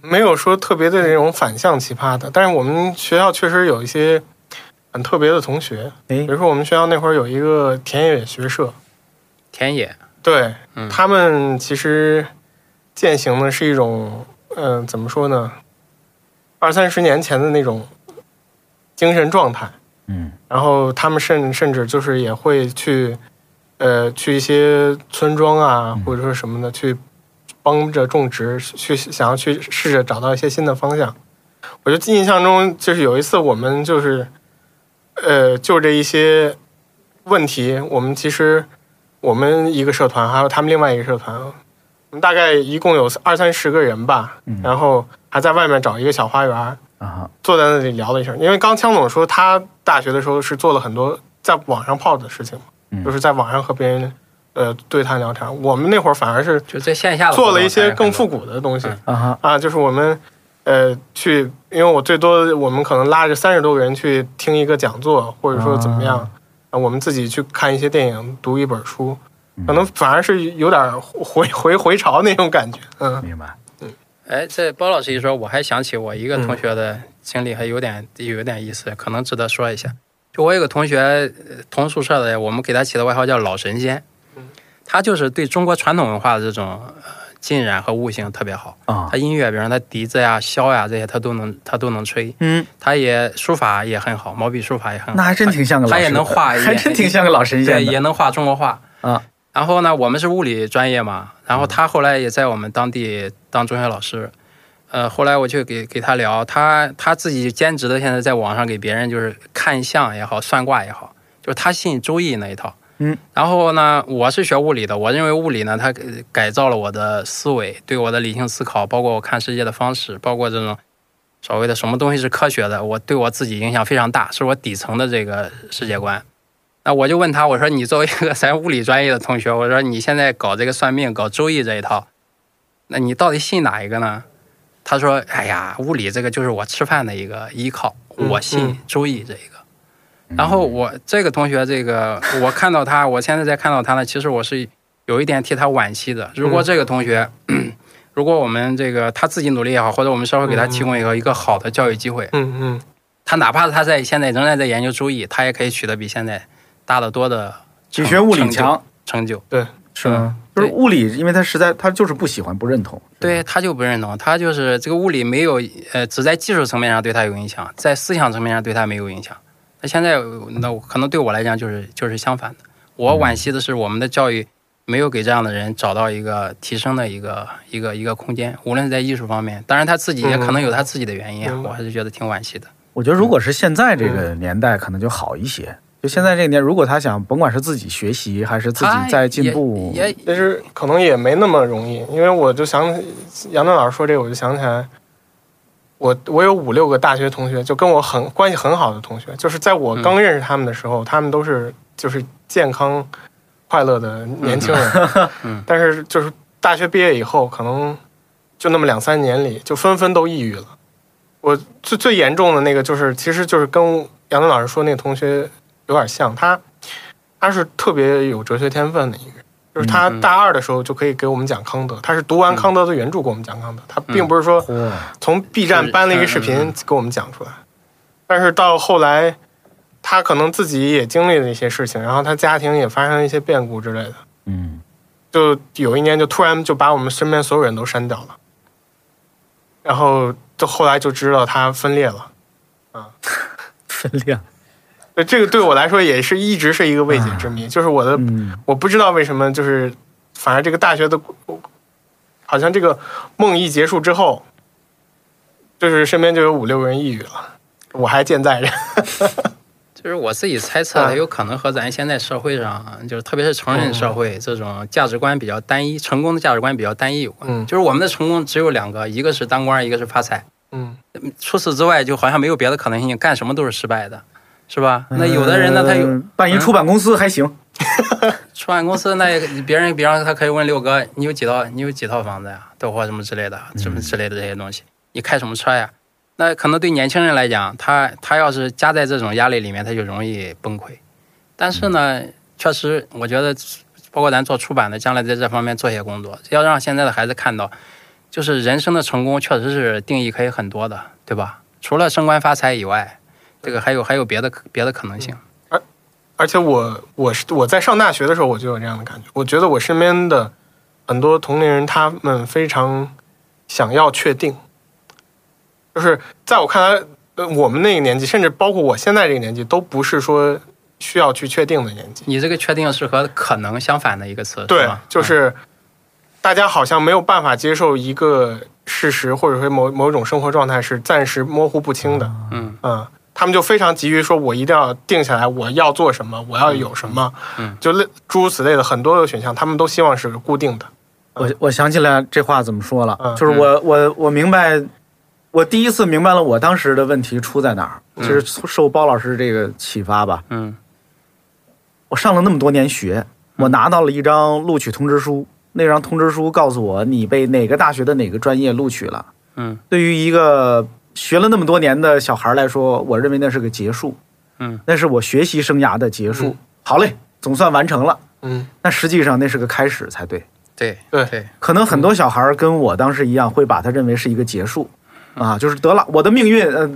D: 没有说特别的那种反向奇葩的，但是我们学校确实有一些很特别的同学，
B: 哎
D: 比，如说我们学校那会儿有一个田野学社，
C: 田野，
D: 对、
C: 嗯
D: 他们其实践行的是一种，嗯、怎么说呢，二三十年前的那种精神状态。
B: 嗯，
D: 然后他们甚甚至就是也会去，呃，去一些村庄啊，或者说什么的，去帮着种植，去想要去试着找到一些新的方向。我就印象中，就是有一次我们就是，呃，就这一些问题，我们其实我们一个社团，还有他们另外一个社团，我们大概一共有二三十个人吧，
C: 嗯
D: 然后还在外面找一个小花园儿，
B: 嗯啊，
D: 坐在那里聊了一下，因为刚枪总说他大学的时候是做了很多在网上泡的事情嘛，
B: 嗯
D: 就是在网上和别人呃对谈聊天。我们那会儿反而是
C: 就在线下的
D: 做
C: 活
D: 了
C: 动
D: 一些更复
C: 参加很多
D: 古的东西
B: 啊
C: 嗯
B: 哈，
D: 啊，就是我们呃去，因为我最多我们可能拉着三十多个人去听一个讲座，或者说怎么样
B: 啊，
D: 啊我们自己去看一些电影，读一本书，
B: 嗯
D: 可能反而是有点回回回潮那种感觉，嗯。
B: 明白。
C: 哎，这包老师一说，我还想起我一个
B: 嗯
C: 同学的经历，还有点有点意思，可能值得说一下。就我有个同学，呃同宿舍的，我们给他起的外号叫“老神仙”，
B: 嗯
C: 他就是对中国传统文化的这种呃浸染和悟性特别好
B: 啊
C: 他音乐，比如说他笛子呀、箫呀这些，他都能他都能吹。
B: 嗯，
C: 他也书法也很好，毛笔书法也很好，
B: 那还真挺像个老
C: 嗯他
B: 神
C: 也能画，
B: 还真挺像个老神
C: 对，
B: 仙
C: 也
B: 的
C: 能画中国画。
B: 啊。
C: 然后呢，我们是物理专业嘛，然后他后来也在我们当地当中学老师。呃，后来我就给给他聊，他他自己兼职的，现在在网上给别人就是看相也好，算卦也好，就是他信《周易》那一套。
B: 嗯。
C: 然后呢，我是学物理的，我认为物理呢，它改改造了我的思维，对我的理性思考，包括我看世界的方式，包括这种所谓的什么东西是科学的，我对我自己影响非常大，是我底层的这个世界观。那我就问他，我说你作为一个 咱物理专业的同学，我说你现在搞这个算命、搞周易这一套，那你到底信哪一个呢？他说：“哎呀，物理这个就是我吃饭的一个依靠，
D: 嗯
C: 我信
D: 嗯
C: 周易这一个。然后我这个同学，这个我看到他，我现在在看到他呢，其实我是有一点替他惋惜的。如
D: 嗯
C: 果这个同学， 如果我们这个他自己努力也好，或者我们稍微给他提供一个一个好的教育机会，
D: 嗯嗯，
C: 他哪怕他在现在仍然在研究周易，他也可以取得比现在大得多的
B: 比学物理强，
C: 成就。
D: 对，
B: 是吗？就
C: 对
B: 是物理，因为他实在他就是不喜欢，不认同。
C: 对，他就不认同，他就是这个物理没有，呃，只在技术层面上对他有影响，在思想层面上对他没有影响。那现在，呃那我可能对我来讲就是就是相反的。我惋惜的是，我们的教育没有给这样的人找到一个提升的一个一个一个空间，无论是在艺术方面，当然他自己
B: 嗯
C: 也可能有他自己的原因啊，
D: 嗯
C: 我还是觉得挺惋惜的。
B: 我觉得如果是现在这
C: 嗯
B: 个年代，可能就好一些。就现在这个年，如果他想，甭管是自己学习还是自
C: 他
B: 己在进步，
C: 哎也也
D: 其实可能也没那么容易，因为我就想杨振老师说这个，我就想起来，我我有五六个大学同学，就跟我很关系很好的同学，就是在我刚认识他们的时候，他们都是就是健康快乐的年轻人，
C: 嗯
D: 但是就是大学毕业以后，可能就那么两三年里，就纷纷都抑郁了。我我最最严重的那个就是，其实就是跟杨东老师说那个同学有点像，他他是特别有哲学天分的一个人，就是他
C: 嗯
D: 大二的时候就可以给我们讲康德，他是读完康德的原著给我们讲康德，他并不是说从 B 站搬了一个
C: 嗯嗯
D: 视
C: 嗯
D: 频给我们讲出来，但是到后来他可能自己也经历了一些事情，然后他家庭也发生了一些变故之类的，
B: 嗯，
D: 就有一年就突然就把我们身边所有人都删掉了，然后就后来就知道他分裂了。
B: 分量，
D: 对这个对我来说也是一直是一个未解之谜，就是我的、
B: 嗯
D: 我不知道为什么，就是反正这个大学的，好像这个梦一结束之后，就是身边就有五六个人抑郁了，我还健在着。
C: 就是我自己猜测，
D: 啊哦
C: 它有可能和咱现在社会上，就是特别是成人社会这种价值观比较单一、成功的价值观比较单一有关。
D: 嗯
C: 就是我们的成功只有两个，一个是当官，一个是发财。
D: 嗯，
C: 除此之外，就好像没有别的可能性，干什么都是失败的，是吧？那有的人呢，他有嗯
B: 呃办一出版公司还行，
C: 出版公司，那也 别人比方他可以问六哥，你有几套你有几套房子呀、都或什么之类的，啊什么之类的这些东西，你开什么车呀？那可能对年轻人来讲，他他要是夹在这种压力里面，他就容易崩溃。但是呢，确实我觉得，包括咱做出版的，将来在这方面做些工作，要让现在的孩子看到，就是人生的成功确实是定义可以很多的，对吧？除了升官发财以外，这个还有还有别的可别的可能性。
D: 而且我我是我在上大学的时候我就有这样的感觉，我觉得我身边的很多同龄人他们非常想要确定，就是在我看来，呃我们那个年纪，甚至包括我现在这个年纪，都不是说需要去确定的年纪。
C: 你这个确定是和可能相反的一个词，是
D: 对
C: 吧，
D: 就是大家好像没有办法接受一个事实，或者说某某种生活状态是暂时模糊不清的。
C: 嗯
D: 嗯，他们就非常急于说，我一定要定下来，我要做什么，我要有什么，
C: 嗯嗯
D: 就类诸如此类的很多的选项，他们都希望是固定的。
B: 我我想起来这话怎么说了，
D: 嗯
B: 就是我我我明白，我第一次明白了我当时的问题出在哪儿，就是受包老师这个启发吧。
C: 嗯
B: 我上了那么多年学，我拿到了一张录取通知书，那张通知书告诉我你被哪个大学的哪个专业录取了。
C: 嗯
B: 对于一个学了那么多年的小孩来说，我认为那是个结束，
C: 嗯，
B: 那是我学习生涯的结束
D: 嗯。
B: 好嘞，总算完成了。
D: 嗯，
B: 但实际上那是个开始才对。
C: 对
D: 对
C: 对，
B: 可能很多小孩儿跟我当时一样，会把它认为是一个结束，
C: 嗯
B: 啊，就是得了，我的命运，呃，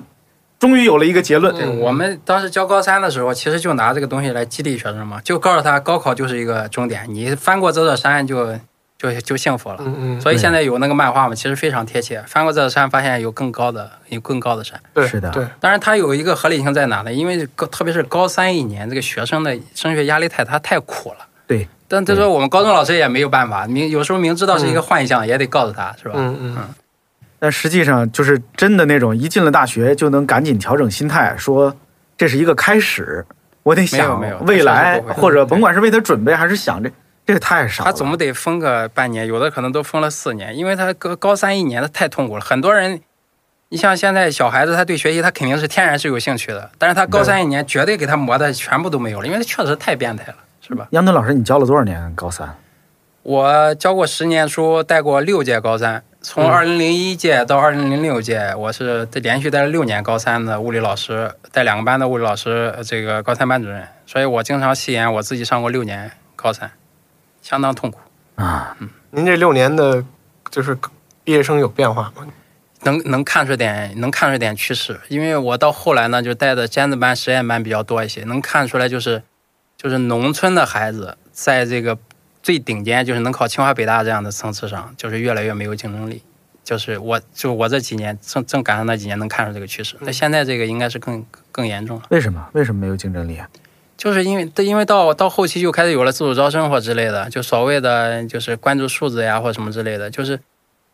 B: 终于有了一个结论。
D: 嗯
C: 我们当时教高三的时候，其实就拿这个东西来激励学生嘛，就告诉他高考就是一个终点，你翻过这座山就就就幸福了。
D: 嗯嗯，
C: 所以现在有那个漫画嘛，其实非常贴切。翻过这座山，发现有更高的，有更高的山。
D: 对，
B: 是的
D: 对，
C: 当然，它有一个合理性在哪呢？因为高，特别是高三一年，这个学生的升学压力太大，太苦了。
B: 对，
C: 但
D: 嗯
C: 这时候我们高中老师也没有办法，明有时候明知道是一个幻象，也得告诉他，是吧？
D: 嗯嗯
B: 但实际上就是真的那种一进了大学就能赶紧调整心态，说这是一个开始，我得想
C: 没有没有
B: 未来，
C: 他确实不会
B: 或者甭管是为他准备还是想这，这个太少了。
C: 他总得封个半年，有的可能都封了四年，因为他高高三一年他太痛苦了。很多人，你像现在小孩子，他对学习他肯定是天然是有兴趣的，但是他高三一年绝对给他磨的全部都没有了，因为他确实太变态了，是吧？
B: 杨敦老师，你教了多少年高三？
C: 我教过十年书，带过六届高三，从二零零一届到二零零六届，我是连续带了六年高三的物理老师，带两个班的物理老师，呃这个高三班主任，所以我经常戏言我自己上过六年高三，相当痛苦。
B: 啊，
D: 您这六年的，就是毕业生有变化吗？
C: 能能看出点能看出点趋势，因为我到后来呢，就带的尖子班、实验班比较多一些，能看出来就是就是农村的孩子在这个最顶尖，就是能考清华北大这样的层次上，就是越来越没有竞争力。就是我就我这几年正正赶上那几年能看出这个趋势，那现在这个应该是更更严重了，
B: 为什么？为什么没有竞争力啊？
C: 就是因为对因为到到后期就开始有了自主招生或之类的，就所谓的就是关注素质呀或什么之类的，就是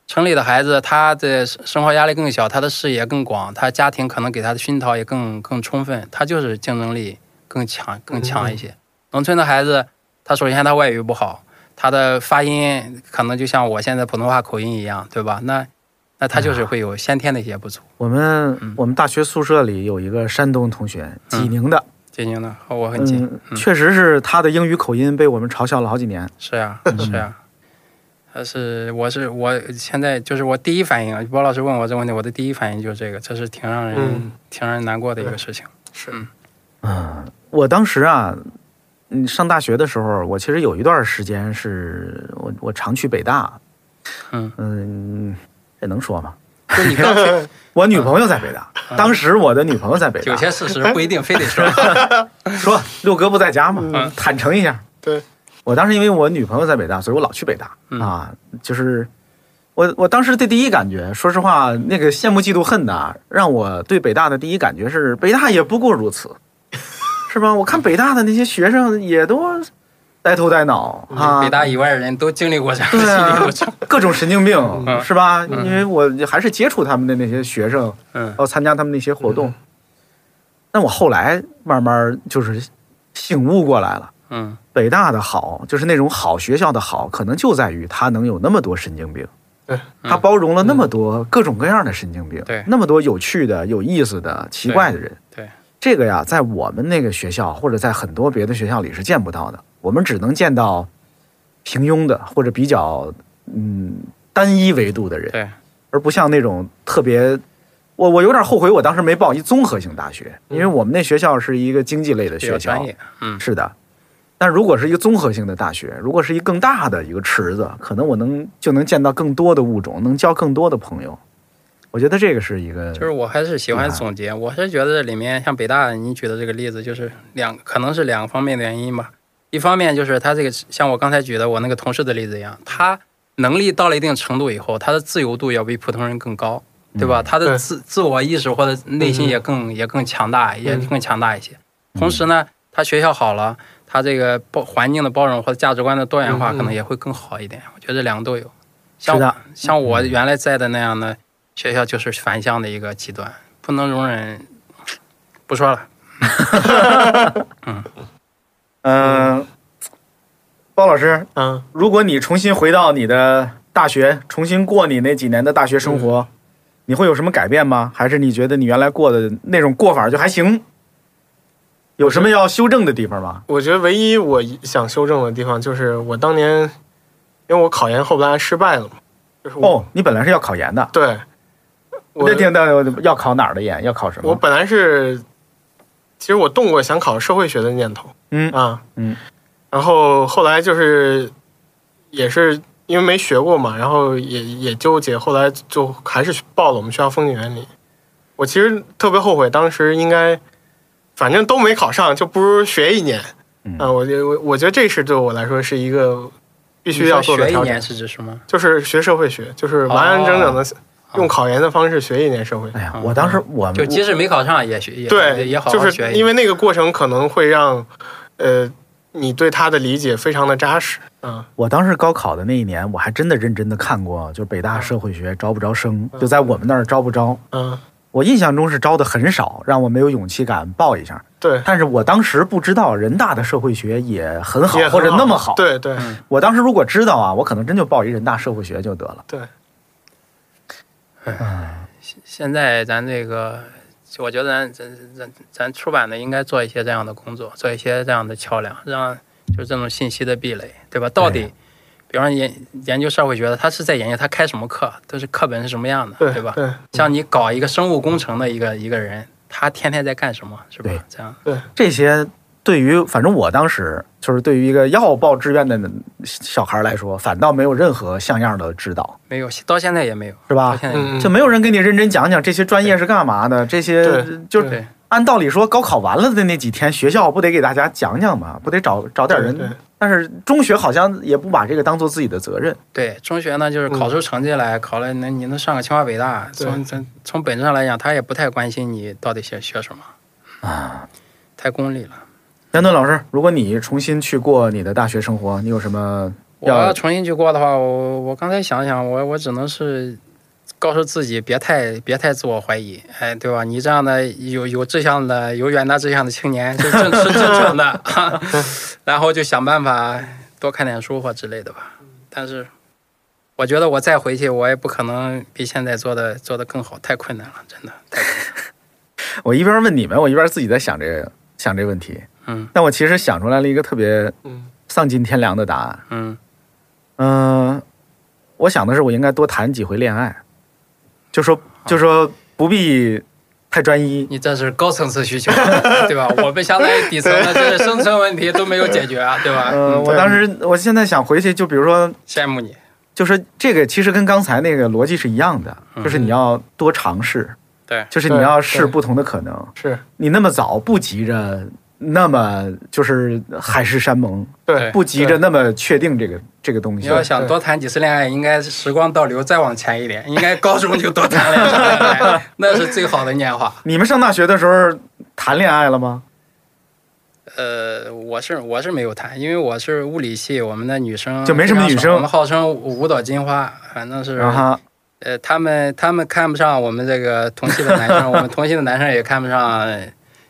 C: 城里的孩子，他的生活压力更小，他的视野更广，他家庭可能给他的熏陶也更更充分，他就是竞争力更强更强一些。农村的孩子，他首先他外语不好，他的发音可能就像我现在普通话口音一样，对吧？那那他就是会有先天的一些不足。
B: 我们、
C: 嗯
B: 我们大学宿舍里有一个山东同学，济宁的，
C: 金晶呢和嗯我很近，嗯啊
B: 嗯，确实是他的英语口音被我们嘲笑了好几年。
C: 是呀、是呀、但是我是我现在就是我第一反应啊，包老师问我这个问题，我的第一反应就是这个，这是挺让人、
D: 嗯
C: 挺让人难过的一个事情。
D: 是
C: 嗯
B: 我当时啊，嗯，上大学的时候，我其实有一段时间是我我常去北大，
C: 嗯
B: 嗯，这能说 吗？
C: 就你刚去，
B: 我女朋友在北大，当时我的女朋友在北大
C: 嗯有，些事
B: 哎
C: 实不一定非得说。
B: 说六哥不在家嘛
C: 嗯，
B: 坦诚一下，
D: 对，
B: 我当时因为我女朋友在北大，所以我老去北大、
C: 嗯
B: 啊，就是我我当时的第一感觉，说实话，那个羡慕嫉妒恨呐、让我对北大的第一感觉是北大也不过如 此，是吧？我看北大的那些学生也都呆头呆脑啊，
C: 嗯北大以外的人都经历过这样的
B: 对
C: 心理
B: 啊
C: 过程。
B: 各种神经病、
C: 嗯
B: 是吧？因为我还是接触他们的那些学生，
C: 嗯
B: 要参加他们那些活动。但我后来慢慢就是醒悟过来了。
C: 嗯
B: 北大的好，就是那种好学校的好，可能就在于它能有那么多神经病，
D: 对，
B: 它包容了那么多各种各样的神经病，
C: 嗯对
B: 那么多有趣的、有意思的、奇怪的人。
C: 对，
B: 这个呀，在我们那个学校或者在很多别的学校里是见不到的，我们只能见到平庸的或者比较嗯单一维度的人，
C: 对，
B: 而不像那种特别。我我有点后悔，我当时没报一综合性大学，因为我们那学校是一个经济类的
C: 嗯比
B: 学
C: 较
B: 校
C: 专，业。嗯
B: 是的，但如果是一个综合性的大学，如果是一个更大的一个池子，可能我能就能见到更多的物种，能交更多的朋友。我觉得这个是一个，
C: 就是我还是喜欢总结，我是觉得里面像北大你举的这个例子，就是两可能是两个方面的原因吧。一方面就是他这个像我刚才举的我那个同事的例子一样，他能力到了一定程度以后，他的自由度要比普通人更高，对吧？他的
D: 嗯对嗯
C: 自自我意识或者内心也更也更强大，也更强大一些。同时呢，他学校好了，他这个包环境的包容或者价值观的多元化，
D: 嗯嗯
C: 可能也会更好一点。我觉得这两个都有。
B: 是的
C: 像像我
D: 嗯
C: 原来在的那样的学校，就是反向的一个极端，不能容忍。不说了，
B: 嗯、包老师，
D: 嗯，
B: 如果你重新回到你的大学，重新过你那几年的大学生
D: 嗯
B: 活，你会有什么改变吗？还是你觉得你原来过的那种过法就还行？有什么要修正的地方吗？
D: 我觉得唯一我想修正的地方就是我当年，因为我考研后来失败了嘛，就是我、
B: 哦，你本来是要考研的，
D: 对，我
B: 那听到要考哪儿的研？要考什
D: 我
B: 么？
D: 本来是，其实我动过想考社会学的念头
B: 嗯
D: 啊，
B: 嗯，
D: 然后后来就是也是因为没学过嘛，然后也也纠结，后来就还是报了我们学校风景园林。我其实特别后悔，当时应该反正都没考上，就不如学一年
B: 嗯
D: 啊。我觉得我我觉得这是对我来说是一个必
C: 必
D: 须要做的
C: 学一
D: 调
C: 年
D: 整，
C: 是指什么？
D: 就是学社会学，就是完完整整的用考研的方式学一年社会学
B: 哎。呀，我当
D: 啊
B: 时我
C: 就即使没考上也学也
D: 嗯对，
C: 也好
D: 就
C: 好
D: 是
C: 学一
D: 因
C: 年。
D: 为那个过程可能会让，呃，你对他的理解非常的扎实，嗯，
B: 我当时高考的那一年，我还真的认真的看过，就是北
D: 啊
B: 大社会学招不招生，就在我们那儿招不招。
D: 嗯，
B: 我印象中是招的很少，让我没有勇气敢报一下。
D: 对，
B: 但是我当时不知道人大的社会学也很好，
D: 也很
B: 或者那么好。，
D: 对对
C: 嗯
B: 我当时如果知道啊，我可能真就报一人大社会学就得了。
D: 对，
C: 现在咱这个，就我觉得咱咱咱咱出版的应该做一些这样的工作，做一些这样的桥梁，让就这种信息的壁垒，对吧？到底，比方说研研究社会学的，他是在研究他开什么课，都是课本是什么样的，
D: 对
C: 吧？
D: 对
B: 嗯
C: 像你搞一个生物工程的一个一个人，他天天在干什么，是吧
B: 对？
C: 这样，
B: 这些对于反正我当时就是对于一个要报志愿的小孩来说，反倒没有任何像样的指导，
C: 没有，到现在也没有，
B: 是吧
C: 到？现在也没有
D: 嗯，
B: 就没有人给你认真讲讲这些专业是干嘛的，这些
D: 对
B: 就
C: 对
B: 按道理说，高考完了的那几天，学校不得给大家讲讲吗？不得找找点
D: 对对
B: 人？但是中学好像也不把这个当做自己的责任。
C: 对，中学呢就是考出成绩来，考了那你能上个清华北大，
D: 对
C: 从从从本质上来讲，他也不太关心你到底学学什么啊，太功利了。
B: 杨顿老师，如果你重新去过你的大学生活，你有什么
C: 我要
B: 要？
C: 重新去过的话，我我刚才想想，我我只能是告诉自己别太别太自我怀疑，哎，对吧？你这样的有有志向的、有远大志向的青年是正是正常的， 然后就想办法多看点书或之类的吧。但是我觉得我再回去，我也不可能比现在做的做的更好，太困难了，真的太困难了。
B: 我一边问你们，我一边自己在想这个想这个问题。
C: 嗯，
B: 但我其实想出来了一个特别
D: 嗯
B: 丧尽天良的答案。
C: 嗯
B: 嗯、我想的是我应该多谈几回恋爱，就说就说不必太专一。
C: 你这是高层次需求，对吧？我们相当于底层的这是生存问题都没有解决啊，对吧？
D: 嗯
B: 呃，我当时我现在想回去，就比如说，
C: 羡慕你，
B: 就是这个其实跟刚才那个逻辑是一样的，就是你要多尝试，
C: 嗯对，
B: 就是你
D: 对
B: 要试
D: 对
B: 不同的可能。
D: 是
B: 你那么早不急着那么就是海誓山盟，
D: 对
B: 不急着那么确定这个这个东
C: 你
B: 西。
C: 要想多谈几次恋爱，应该是时光倒流再往前一点，应该高中就多谈两场恋 爱，那是最好的年华。
B: 你们上大学的时候谈恋爱了吗？
C: 呃，我是我是没有谈，因为我是物理系，我们的女生
B: 就没什么
C: 非常
B: 女
C: 少
B: 生啊
C: 我们号称舞蹈金花，反正是
B: 然后
C: 呃，他们他们看不上我们这个同系的男生，我们同系的男生也看不上呃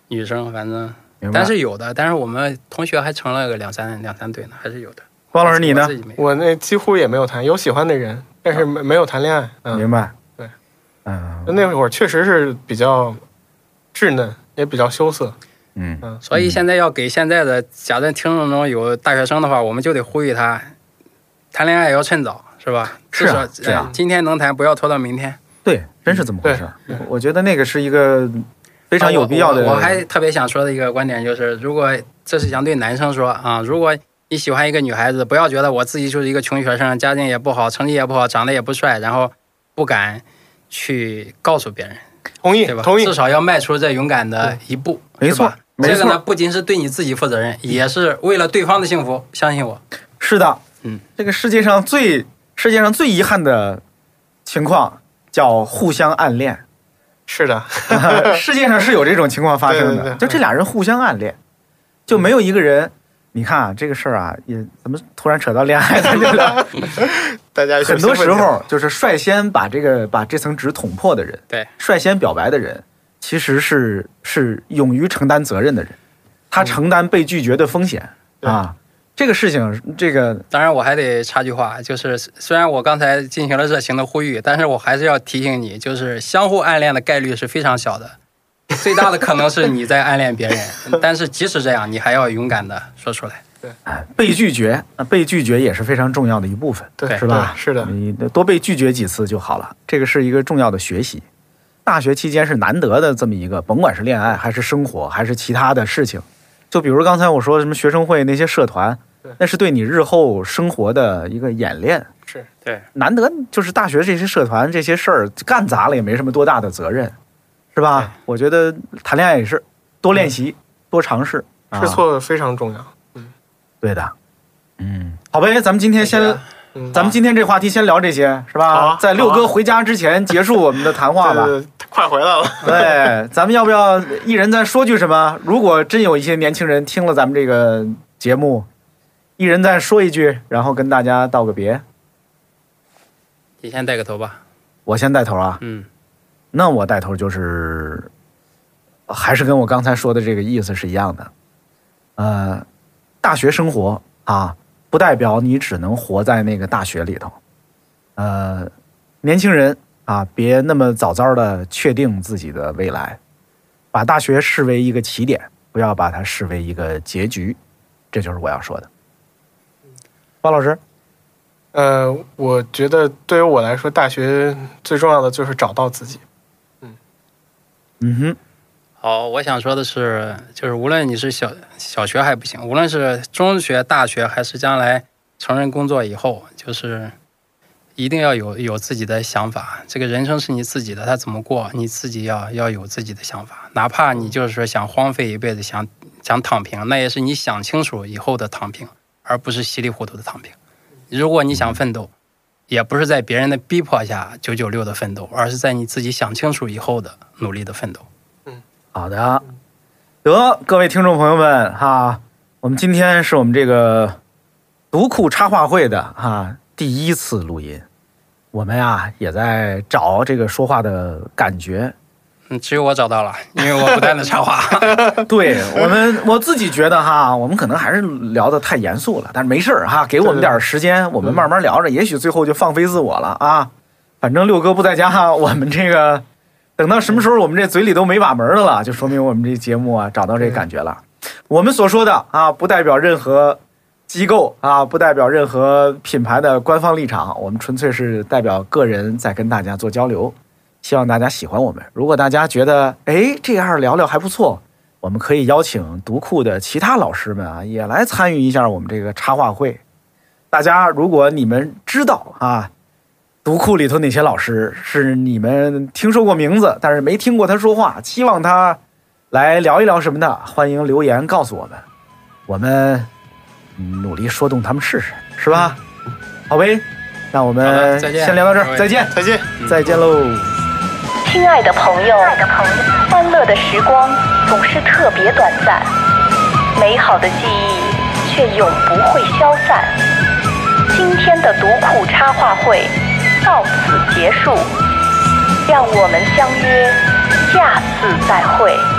C: 女生，反正
B: 明白
C: 但是有的，但是我们同学还成了个两三两三对呢，还是有的。
B: 包老师你
C: 我
B: 呢
C: 自？己没有
D: 我那几乎也没有谈，有喜欢的人，但是没没有谈恋爱。嗯，
B: 明白。
D: 对，
B: 嗯
D: 那会儿确实是比较稚嫩，也比较羞涩。
B: 嗯，
C: 所以现在要给现在的，假设听众中有大学生的话，我们就得呼吁他，谈恋爱也要趁早，是吧？
B: 是啊
C: 至
B: 是
C: 少、
B: 啊
C: 呃今天能谈，不要拖到明天。
B: 对，真是这么回事儿。我我觉得那个是一个非
C: 非
B: 常有必要的。
C: 啊我我还特别想说的一个观点就是，如果这是想对男生说啊，如果你喜欢一个女孩子，不要觉得我自己就是一个穷学生，家境也不好，成绩也不好，长得也不帅，然后不敢去告诉别人，
D: 同意
C: 对吧？
D: 同意
C: 至，少要迈出这勇敢的一步，
B: 没
C: 是吧
B: 错没
C: 这个呢，
B: 错，
C: 不仅是对你自己负责任，也是为了对方的幸福。相信我，
B: 是的。
C: 嗯，
B: 这个世界上最世界上最遗憾的情况叫互相暗 恋。
D: 是的，
B: 世界上是有这种情况发生的，
D: 对对对
B: 就这俩人互相暗恋，就没有一个人。你看啊，这个事儿啊，也怎么突然扯到恋 爱了？
D: 大家有
B: 很多
D: 兴奋
B: 时
D: 点
B: 候就是率先把这个把这层纸捅破的人，
C: 对，
B: 率先表白的人，其实是是勇于承担责任的人，他承担被拒绝的风险、
D: 对
B: 啊。这个事情，这个
C: 当然我还得插句话，就是虽然我刚才进行了热情的呼吁，但是我还是要提醒你，就是相互暗恋的概率是非常小的，最大的可能是你在暗恋别人。但是即使这样，你还要勇敢的说出来。
B: 哎被拒绝，呃被拒绝也是非常重要的一部分，
D: 对
B: 是吧？嗯
D: 对是的
B: 你多被拒绝几次就好了，这个是一个重要的学习。大学期间是难得的这么一个，甭管是恋爱还是生活还是其他的事情，就比如刚才我说什么学生会那些社团
D: 对，
B: 那是对你日后生活的一个演练。
D: 是
C: 对，
B: 难得就是大学这些社团这些事儿干砸了也没什么多大的责任，是吧？我觉得谈恋爱也是多练习、多尝试，啊
D: 试嗯错非常重要。
B: 对的。嗯，好呗，咱们今天先，
D: 嗯，
B: 咱们今天这话题先聊这些，是吧？
D: 好啊
B: 在六哥回家之前结束我们的谈话吧。
D: 对对对快回来了。
B: 对，咱们要不要一人再说句什么？如果真有一些年轻人听了咱们这个节目，一人再说一句，然后跟大家道个别。
C: 你先带个头吧。
B: 我先带头啊。
C: 嗯，
B: 那我带头就是，还是跟我刚才说的这个意思是一样的。呃，大学生活啊，不代表你只能活在那个大学里头。呃，年轻人啊，别那么早早的确定自己的未来，把大学视为一个起点，不要把它视为一个结局。这就是我要说的。包老师，
D: 呃，我觉得对于我来说，大学最重要的就是找到自己。
B: 嗯哼，
C: 好，我想说的是，就是无论你是小小学还不行，无论是中学、大学，还是将来成人工作以后，就是一定要有有自己的想法。这个人生是你自己的，他怎么过，你自己要要有自己的想法。哪怕你就是说想荒废一辈子，想想躺平，那也是你想清楚以后的躺平，而不是稀里糊涂的躺平。如果你想奋斗，也不是在别人的逼迫下九九六的奋斗，而是在你自己想清楚以后的努力的奋斗。
B: 好的，得各位听众朋友们哈、我们今天是我们这个读库插画会的哈、第一次录音，我们呀、也在找这个说话的感觉。
C: 嗯，只有我找到了，因为我不断的插话。
B: 对我们我自己觉得哈，我们可能还是聊得太严肃了，但是没事儿哈，给我们点儿时间，我们慢慢聊着，也许最后就放飞自我了啊。反正六哥不在家哈，我们这个等到什么时候我们这嘴里都没把门的了，就说明我们这节目啊找到这感觉了。我们所说的啊，不代表任何机构啊，不代表任何品牌的官方立场，我们纯粹是代表个人在跟大家做交流。希望大家喜欢我们。如果大家觉得哎这样聊聊还不错，我们可以邀请读库的其他老师们啊也来参与一下我们这个插画会。大家如果你们知道啊，读库里头哪些老师是你们听说过名字，但是没听过他说话，希望他来聊一聊什么的，欢迎留言告诉我们，我们嗯努力说动他们试试，是吧？好呗，那我
C: 好嗯
B: 们
C: 的再见
B: 先聊到这
C: 各
B: 儿，
C: 位
B: 再见，
D: 再见。
B: 再见喽。
A: 亲爱的朋友，欢乐的时光总是特别短暂，美好的记忆却永不会消散。今天的读库插画会到此结束，让我们相约下次再会。